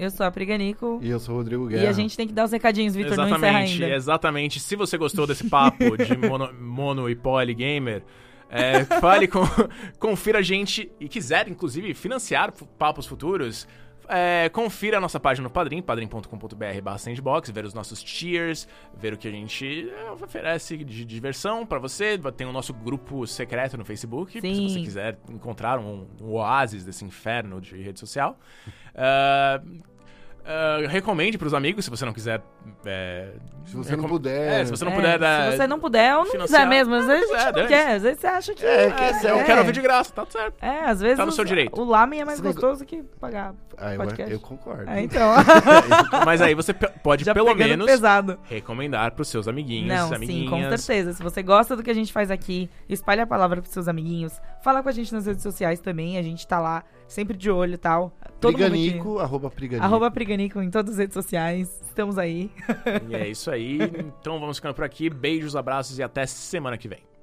Speaker 2: Eu sou a Priganico.
Speaker 3: E eu sou o Rodrigo Guerra.
Speaker 2: E a gente tem que dar os recadinhos, Vitor, não encerra
Speaker 1: exatamente,
Speaker 2: ainda.
Speaker 1: exatamente. Se você gostou desse papo de mono, mono e poli gamer, é, fale com, confira a gente e quiser, inclusive, financiar fu- papos futuros. é, confira a nossa página no Padrim, padrim.com.br barra sandbox, ver os nossos tiers, ver o que a gente é, oferece de diversão pra você. Tem o nosso grupo secreto no Facebook, se
Speaker 2: Sim.
Speaker 1: você quiser encontrar um, um oásis desse inferno de rede social. Ah, ah, recomende pros amigos, se você não quiser. é,
Speaker 3: Se você não
Speaker 1: recom-
Speaker 3: puder.
Speaker 1: É, se você não
Speaker 2: É,
Speaker 1: puder.
Speaker 2: Se
Speaker 1: dar-
Speaker 2: você não puder, ou não
Speaker 1: financiar. É,
Speaker 2: quiser mesmo. Às vezes a
Speaker 1: quiser,
Speaker 2: gente não
Speaker 1: dane-se.
Speaker 2: quer, às vezes você acha que.
Speaker 3: É, que esse é o-
Speaker 1: Eu quero ouvir de graça, tá certo.
Speaker 2: É, às vezes
Speaker 1: Tá no seu
Speaker 2: o-
Speaker 1: direito.
Speaker 2: o lamen é mais
Speaker 3: Esse negócio-
Speaker 2: gostoso que pagar
Speaker 3: Ah, eu,
Speaker 2: podcast.
Speaker 3: eu concordo.
Speaker 2: É, então,
Speaker 1: Mas aí você pe- pode,
Speaker 2: já
Speaker 1: pelo
Speaker 2: pegando
Speaker 1: menos,
Speaker 2: pesado.
Speaker 1: recomendar pros seus amiguinhos,
Speaker 2: Não, sim,
Speaker 1: amiguinhas.
Speaker 2: com certeza. Se você gosta do que a gente faz aqui, espalha a palavra pros seus amiguinhos. Fala com a gente nas redes sociais também, a gente tá lá, sempre de olho e tal. Todo mundo aqui.
Speaker 3: Priganico, arroba Priganico.
Speaker 2: Arroba Priganico em todas as redes sociais. Estamos aí.
Speaker 1: E é isso aí. Então vamos ficando por aqui. Beijos, abraços e até semana que vem.